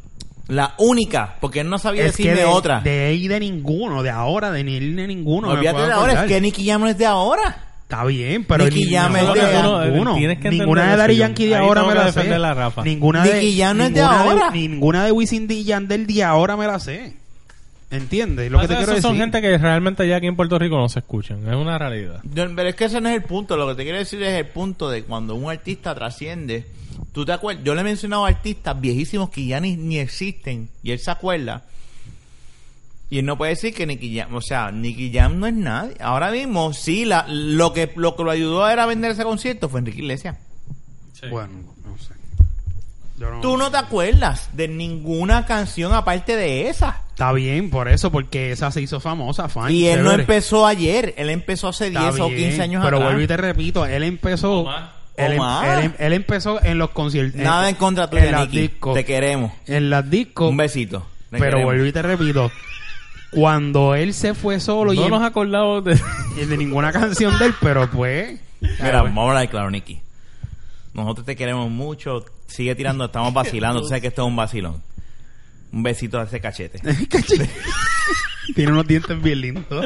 S2: la única, porque él no sabía
S4: Es que
S2: decirme
S4: de,
S2: otra.
S4: de ahí de ninguno, de ahora, de ni de ninguno.
S2: no,
S4: me
S2: olvídate
S4: puedo
S2: de ahora, es
S4: acordar.
S2: que Nicky Jam no es de ahora.
S4: Está bien, pero
S2: Nicky Jam
S4: no
S2: es
S4: solo
S2: de-
S4: de
S2: Uno,
S4: ninguno.
S3: tienes que
S4: ninguna de
S3: entender
S4: Dari
S3: eso,
S4: Yankee de
S3: Ahí
S4: ahora
S3: tengo
S4: me
S3: que
S4: la sé.
S3: defender a Rafa.
S4: Ninguna
S2: Nicky Jam no es de
S4: ninguna
S2: ahora.
S4: Ninguna de Wisin y Yandel de ahora me la sé. ¿Entiendes? Lo
S3: O
S4: que te
S3: sea,
S4: quiero
S3: esos
S4: decir.
S3: son gente que realmente ya aquí en Puerto Rico no se escuchan. Es una realidad.
S2: Yo- Pero es que ese no es el punto. Lo que te quiero decir es el punto de cuando un artista trasciende. ¿Tú te acuerdas? Yo le he mencionado a artistas viejísimos que ya ni, ni existen. Y él se acuerda. Y él no puede decir que Nicky Jam, o sea, Nicky Jam no es nadie. Ahora mismo, sí, la, lo que lo que lo ayudó era vender ese concierto fue Enrique Iglesias.
S4: Bueno, no sé. Yo no-
S2: Tú no te acuerdas de ninguna canción aparte de esa.
S4: Está bien, por eso, porque esa se hizo famosa, fine,
S2: Y él no
S4: chévere.
S2: empezó ayer, él empezó hace 10
S4: Está
S2: o
S4: bien,
S2: 15 años
S4: Pero
S2: atrás.
S4: vuelvo y te repito, él empezó.
S3: O más.
S4: Él, em-
S2: O más.
S4: él em- él empezó en los conciertos.
S2: Nada en contra
S4: En
S2: tuya,
S4: las
S2: Nicky.
S4: discos.
S2: Te queremos.
S4: En las discos.
S2: Un besito. Te
S4: Pero
S2: queremos.
S4: vuelvo y te repito. Cuando él se fue solo y
S3: No
S4: em-
S3: nos acordamos de...
S4: y de ninguna canción de él, pero pues.
S2: Mira, vamos a hablar claro, Nicky. Nosotros te queremos mucho. Sigue tirando, estamos vacilando. Tú sabes que esto es un vacilón. Un besito a ese cachete.
S4: Tiene unos dientes bien lindos.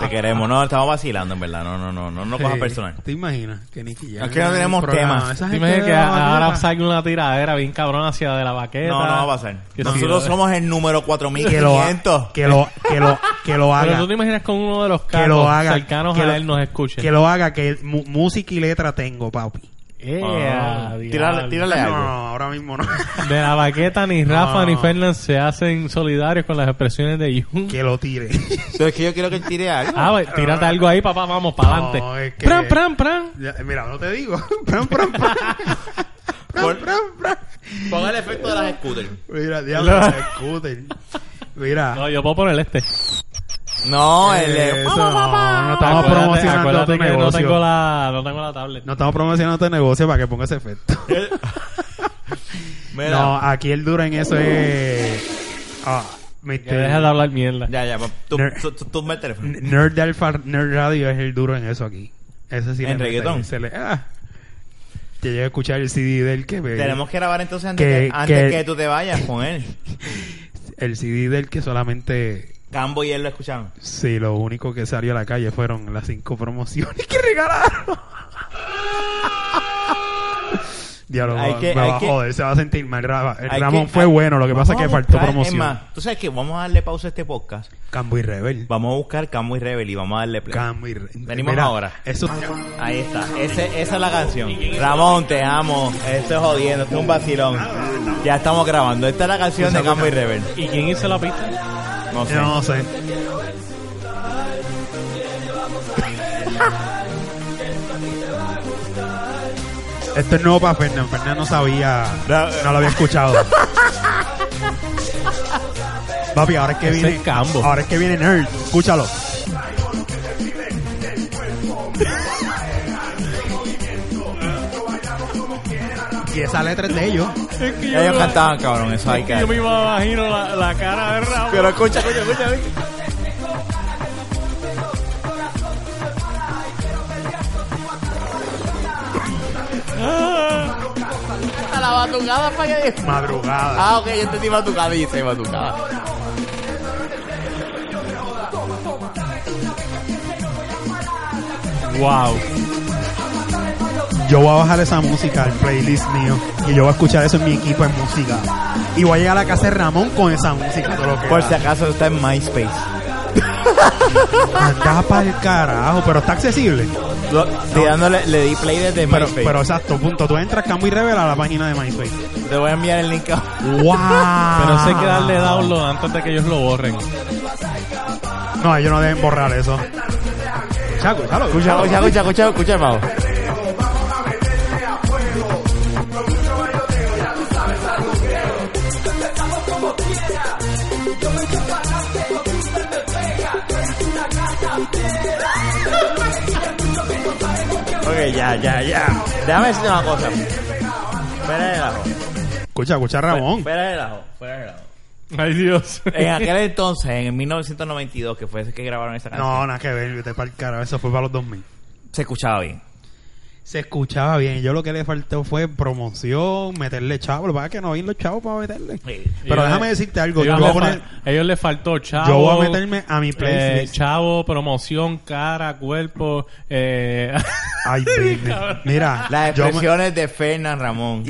S2: Te queremos. No, estamos vacilando, en verdad. No, no, no, no, no cojas
S4: Sí.
S2: personal.
S4: ¿Te imaginas que Nicky Jam
S2: Es que no tenemos
S4: programa?
S2: temas.
S4: Esa
S3: Dime
S4: gente de
S3: que
S4: la baqueta.
S3: ahora salga una tiradera bien cabrón hacia de la baqueta.
S2: No, no va a pasar.
S3: Que sí,
S2: Nosotros
S3: lo-
S2: somos el número
S4: que lo, ha-
S2: 4500.
S4: que lo que lo que lo
S3: Pero
S4: haga
S3: tú te imaginas con uno de los
S4: que
S3: carros
S4: lo haga
S3: cercanos
S4: que
S3: a
S4: lo-
S3: él nos escuche.
S4: que lo haga que mu- música y letra tengo papi
S3: Eh,
S2: Ah,
S3: diablo.
S2: tírale, tírale
S4: no,
S2: algo.
S4: no, ahora mismo no
S3: De la baqueta ni Rafa
S4: No.
S3: ni Fernández se hacen solidarios con las expresiones de Jun.
S4: que lo tire
S2: Entonces que yo quiero que él tire algo.
S3: Ah, pues, tírate algo ahí, papá, vamos, para adelante.
S4: No, es que-
S3: Pran, pran, pran.
S4: Ya, mira no te digo pran, pran, pran. Pran,
S2: Por-
S4: pran, pran.
S2: Ponga el efecto de las scooters.
S4: mira diablo
S3: No.
S4: scooter mira
S3: No, yo puedo poner este.
S2: No, el de...
S4: Eso, no, no Ah, estamos
S3: Acuérdate-
S4: promocionando
S3: acuérdate que
S4: tu
S3: No
S4: negocio.
S3: tengo la, no tengo la tablet.
S4: No estamos promocionando tu negocio para que ponga ese efecto.
S2: Mira.
S4: No, aquí el duro en eso es. Ah, Mr.
S3: Que deja de hablar mierda.
S2: Ya, ya. Tú,
S4: Ner-
S2: tú, tú- tumba el teléfono.
S4: N- Nerd de Alfa Nerd Radio es el duro en eso aquí. Ese sí le
S2: ¿En
S4: mete,
S2: reggaetón?
S4: Se le, ah. Yo llegué a escuchar el CD del que me-
S2: Tenemos que grabar entonces antes que,
S4: Que-
S2: antes
S4: que-
S2: que tú te vayas con él.
S4: el CD del que solamente
S2: Cambo y él lo escucharon.
S4: sí, lo único que salió a la calle fueron las cinco promociones que regalaron. Diablo,
S2: Hay
S4: me
S2: que-
S4: va
S2: hay
S4: a
S2: que-
S4: joder, se va a sentir mal. Ra-
S2: Hay
S4: Ramón
S2: que-
S4: fue
S2: hay-
S4: bueno, lo que pasa es
S2: vamos
S4: que
S2: a
S4: faltó
S2: buscar-
S4: promoción.
S2: Es más, tú sabes que vamos a darle pausa a este podcast.
S4: Cambo y Rebel.
S2: Vamos a buscar Cambo y Rebel y vamos a darle play.
S4: Cambo y Rebel.
S2: Venimos ahora.
S4: Eso,
S2: Ahí está. Ese- esa es la canción. Ramón, te amo. Esto es jodiendo. Esto es un vacilón. Ya estamos grabando. Esta es la canción de Cambo y Rebel.
S3: ¿Y quién hizo la pista?
S2: No sé.
S4: no sé. Esto es nuevo para Fernán. Fernán no sabía, no lo había escuchado. Papi, ahora es que
S3: Ese
S4: viene.
S3: es Cambo.
S4: Ahora es que viene Nerd. Escúchalo. Y esa letra es de ellos.
S3: Es que
S2: Ellos
S3: me-
S2: cantaban, cabrón, eso hay que...
S3: yo me imagino la, la cara de Ramón.
S2: Pero escucha, escucha, escucha. escucha.
S6: Hasta la batucada para que...
S4: Madrugada.
S6: Ah, ok, yo entendí batucada y hice batucada.
S3: Wow.
S4: Yo voy a bajar esa música al playlist mío. Y yo voy a escuchar eso en mi equipo en música. Y voy a llegar a la casa de Ramón con esa música. todo lo que
S2: Por
S4: da.
S2: si acaso está en MySpace.
S4: Anda pa'l carajo, pero está accesible.
S2: Lo- estoy dándole, le di play desde
S4: Pero,
S2: MySpace.
S4: pero exacto, punto. Tú entras, cambio y revela la página de MySpace.
S2: Te voy a enviar el link. ahora.
S4: ¡Wow!
S3: Pero sé
S4: Ah.
S3: que darle download antes de que ellos lo borren.
S4: No, ellos no deben borrar eso. Chaco, chalo,
S6: Escucha, escucha, escucha, escucha, escucha, hermano.
S2: Ok, ya, ya, ya. Déjame decirte una cosa. Fuera del ajo.
S4: Escucha, escucha Ramón.
S2: Fuera del ajo. Fuera del ajo.
S3: Ay, Dios.
S2: En aquel entonces, en el 1992, que fue ese que grabaron esa canción,
S4: No, nada que ver, vete pa'l carajo. Eso fue para los 2000.
S2: se escuchaba bien.
S4: Se escuchaba bien. Yo lo que le faltó fue promoción, meterle chavos. Lo que pasa es que no hay los chavos para meterle. Pero
S3: Ellos-
S4: déjame decirte algo. Yo
S3: Ellos,
S4: voy a
S3: le
S4: poner...
S3: fal- ellos le faltó chavo.
S4: Yo voy a meterme a mi
S3: eh,
S4: playlist.
S3: chavo, promoción, cara, cuerpo. Eh,
S4: Ay, baby. Mira,
S6: Las
S4: yo me-
S6: expresiones de Fernán Ramón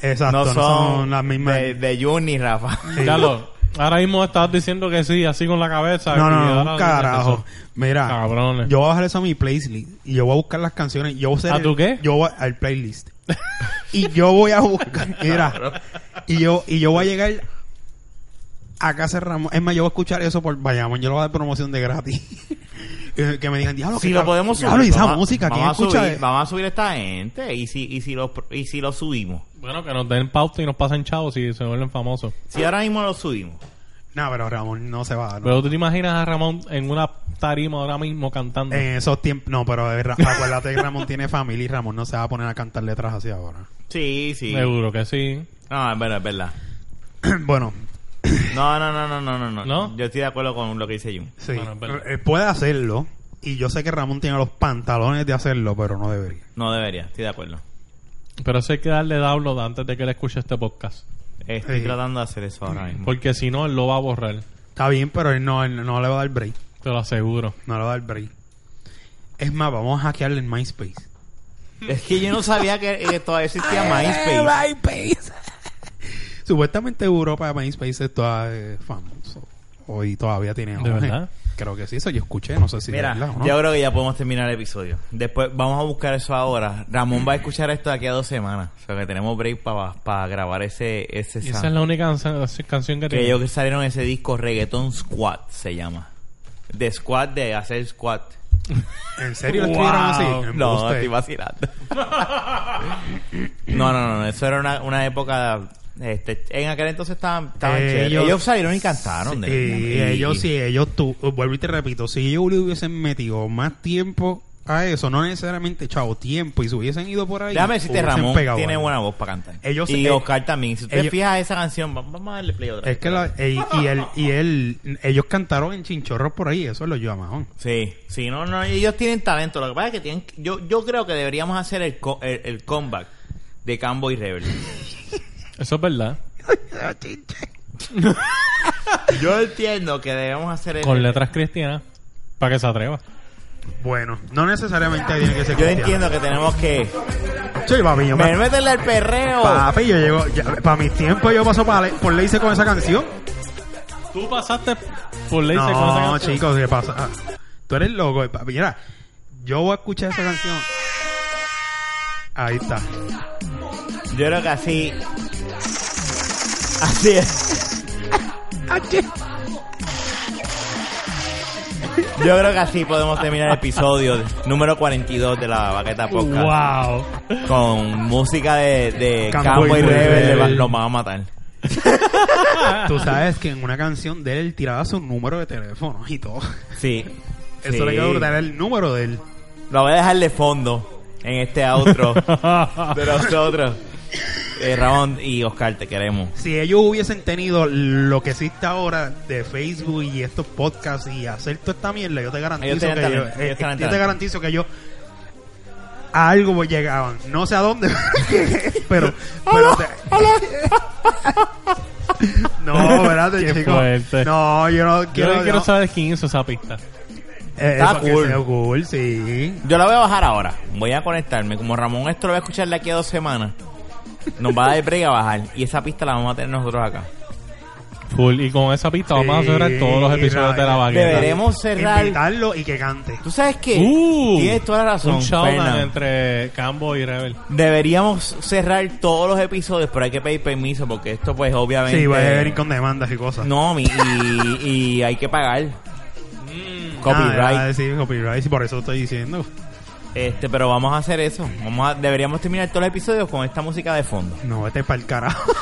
S4: Exacto,
S6: no
S4: no
S6: son,
S4: son, las mismas.
S6: de, de Juni, Rafa.
S4: Sí.
S3: Carlos, ahora mismo estás diciendo que sí, así con la cabeza.
S4: No,
S3: y
S4: no,
S3: ahora
S4: no, un
S3: dices que
S4: carajo.
S3: son-
S4: Mira,
S3: Cabrones.
S4: yo voy a bajar eso a mi playlist y yo voy a buscar las canciones. Yo voy ser
S3: ¿A
S4: el-
S3: tu qué?
S4: Yo voy al playlist. y yo voy a buscar, mira, y yo y yo voy a llegar a casa de Ramón. Es más, yo voy a escuchar eso por Bayamón. Yo lo voy a dar promoción de gratis. Eh, que me digan, diablo,
S2: Si
S4: qué
S2: lo
S4: cabrón,
S2: podemos subir,
S4: diablo, y esa
S2: vamos a-
S4: música, ¿quién
S2: vamos a
S4: escucha?
S2: subir- vamos a subir esta gente y si, y si lo, y si lo subimos.
S3: Bueno, que nos den pauta y nos pasen chavos y se vuelven famosos.
S2: Si ahora mismo lo subimos.
S4: No, pero Ramón no se va a dar.
S3: Pero tú te imaginas a Ramón en una tarima ahora mismo cantando.
S4: En esos tiempos, no, pero eh, Ra- acuérdate que Ramón tiene familia y Ramón no se va a poner a cantar letras así ahora.
S2: Sí, sí.
S3: Seguro que sí.
S2: No, es verdad, es verdad.
S4: bueno,
S2: No, no, no, no, no, no, no.
S3: ¿No?
S2: Yo estoy de acuerdo con lo que dice Jun.
S4: sí,
S3: Bueno, es verdad.
S4: Eh, puede hacerlo y yo sé que Ramón tiene los pantalones de hacerlo, pero no debería.
S2: No debería, estoy de acuerdo.
S3: Pero eso hay que darle download antes de que él escuche este podcast.
S2: Estoy
S4: Sí.
S2: tratando de hacer eso ahora mismo.
S3: Porque si no, él lo va a borrar.
S4: Está bien, pero él no, él no le va a dar break.
S3: Te lo aseguro.
S4: No le va a dar break. Es más, vamos a hackearle en MySpace.
S2: Es que yo no sabía que eh, todavía existía MySpace.
S4: MySpace. Supuestamente Europa MySpace es toda eh, famoso. Hoy todavía tiene.
S3: ¿De
S4: auge.
S3: verdad?
S4: Creo que sí, eso yo escuché, no sé si.
S2: Mira,
S4: es verdad o no.
S2: yo creo que ya podemos terminar el episodio. Después vamos a buscar eso ahora. Ramón va a escuchar esto de aquí a dos semanas. O sea que tenemos break para grabar ese, ese
S3: Y esa
S2: sound.
S3: es la única cansa- canción que
S2: Que
S3: tiene.
S2: ellos que salieron ese disco Reggaeton Squad se llama. De Squad de hacer squat.
S4: ¿En serio lo escribieron así?
S2: No,
S4: Embuste.
S2: estoy vacilando. no, no, no, no, Eso era una, una época. Este, en aquel entonces estaban, estaban
S4: Eh, Ellos-
S2: chéveres. Ellos salieron y cantaron. de
S4: Y
S2: verdad.
S4: ellos, si ellos, tú, vuelvo y te repito, si ellos le hubiesen metido más tiempo a eso, no necesariamente chavo tiempo, y se hubiesen ido por ahí.
S2: Déjame decirte,
S4: hubiesen
S2: Ramón
S4: pegado
S2: tiene
S4: algo.
S2: buena voz para cantar.
S4: Ellos-
S2: y
S4: eh,
S2: Oscar también. Si usted
S4: ellos-
S2: fija esa canción, va- vamos a darle play otra
S4: Es
S2: vez.
S4: que la- eh, y, él, y él, ellos cantaron en chinchorros por ahí, eso es lo lleva Mahón.
S2: Sí, sí, no, no, ellos tienen talento. Lo que pasa es que tienen. Yo, yo creo que deberíamos hacer el, co- el, el comeback de Cambo y Rebel.
S3: Eso es verdad.
S2: Yo entiendo que debemos hacer el.
S3: Con letras cristianas. Para que se atreva.
S4: Bueno, no necesariamente tiene que ser
S2: Yo
S4: cristiano.
S2: entiendo que tenemos que.
S4: Sí, papi, yo
S2: Me
S4: me-
S2: métele el perreo.
S4: Papi, yo llego, para mis tiempos yo paso pa- por ley con esa canción.
S3: Tú pasaste por ley con esa
S4: No,
S3: canción.
S4: chicos, ¿qué pasa? Ah, Tú eres loco, eh, papi. Mira, yo voy a escuchar esa canción. Ahí está.
S2: Yo creo que así. Así es. Yo creo que así podemos terminar el episodio número 42 de la Baqueta Podcast.
S3: Wow.
S2: Con música de, de
S4: Campo
S2: Campo y
S4: y
S2: Rebel.
S4: Rebel.
S2: le va- Los van a matar.
S4: Tú sabes que en una canción de él tiraba su número de teléfono y todo.
S2: Sí.
S4: Eso
S2: Sí.
S4: le quedó brutal, era el número de él.
S2: Lo voy a dejar de fondo en este outro de nosotros. eh, Ramón y Oscar, te queremos.
S4: Si ellos hubiesen tenido lo que existe ahora de Facebook y estos podcasts y hacer toda esta mierda, yo te
S2: Ellos
S4: garantizo
S2: tenían
S4: que yo,
S2: talento,
S4: eh,
S2: ellos tenían
S4: yo te
S2: talento.
S4: garantizo que yo a algo llegaban, no sé a dónde, pero, pero te- no, verdad,
S3: Qué
S4: chicos.
S3: fuerte.
S4: No, yo no
S3: Yo
S4: quiero,
S3: lo que quiero
S4: no.
S3: saber es quién hizo esa pista.
S4: Eh,
S2: Está
S4: eso que
S2: cool.
S4: sea cool, sí.
S2: Yo la voy a bajar ahora. Voy a conectarme. Como Ramón esto lo voy a escuchar de aquí a dos semanas. Nos va a dar break a bajar. Y esa pista la vamos a tener nosotros acá.
S3: Full. Y con esa pista vamos a cerrar todos los episodios de la bagueta.
S2: Deberemos cerrar.
S4: Invitarlo y que cante.
S2: ¿Tú sabes qué?
S3: Uh,
S2: Tienes toda la razón.
S3: Un showdown
S2: Fernan.
S3: entre Cambo y Rebel.
S2: Deberíamos cerrar todos los episodios, pero hay que pedir permiso porque esto, pues, obviamente.
S4: Sí, va a venir con demandas y cosas.
S2: No, mi- y, y hay que pagar.
S4: Mm. Nada,
S2: Copyright.
S4: sí, copyright, sí, por eso estoy diciendo.
S2: Este, pero vamos a hacer eso. Vamos a, deberíamos terminar todos los episodios con esta música de fondo.
S4: No, este es para el carajo.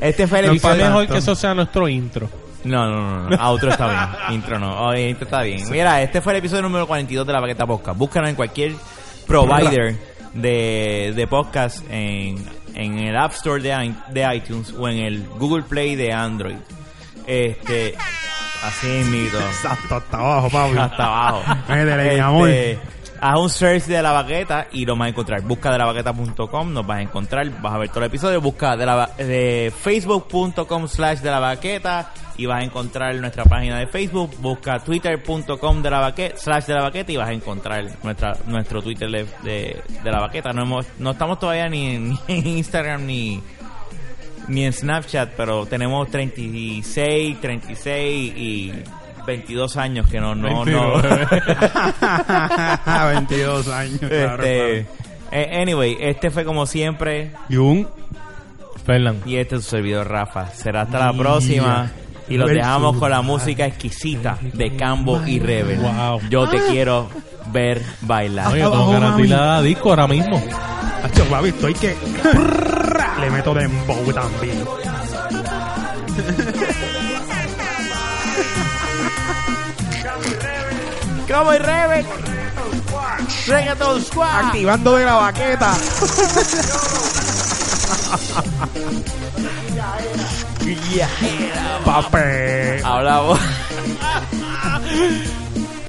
S2: Este fue el
S3: Y qué
S2: episodio.
S3: mejor que eso sea nuestro intro.
S2: No, no, no, no. A otro está bien. Intro no. Oye, intro está bien. Mira, este fue el episodio número 42 de la Baqueta Podcast. Búscanos en cualquier provider de, de podcast en, en el App Store de, i- de iTunes o en el Google Play de Android. Este, así mismo.
S4: Exacto, hasta abajo, Pablo.
S2: Hasta abajo.
S4: Métele, mi amor.
S2: Este, Haz un search de la baqueta y lo vas a encontrar. Busca de la baqueta.com, nos vas a encontrar, vas a ver todo el episodio. Busca de la ba- de facebook.com slash de la baqueta y vas a encontrar nuestra página de Facebook. Busca twitter.com de la baqueta slash de la baqueta y vas a encontrar nuestra nuestro Twitter de, de- de la baqueta. No hemos, no estamos todavía ni en, ni en Instagram ni ni en Snapchat, pero tenemos 36, 36 y 22 años que no, no, no.
S4: 22 años, claro,
S2: Este, eh, anyway, este fue como siempre
S4: claro. Y un
S3: Fernan.
S2: y este es su servidor Rafa. Será hasta la próxima y los
S4: Versus.
S2: dejamos con la música exquisita de Cambo y Rebel.
S3: Wow.
S2: Yo te quiero ver
S3: Oye,
S2: bailar.
S3: yo tengo
S4: abajo,
S3: que
S4: mami.
S3: retirar la disco ahora mismo.
S4: Acho, papi, estoy que le meto dembow también.
S2: Cambo y Rebel. Reggaeton Squad.
S4: Activando de la baqueta. Papel.
S2: Hablamos.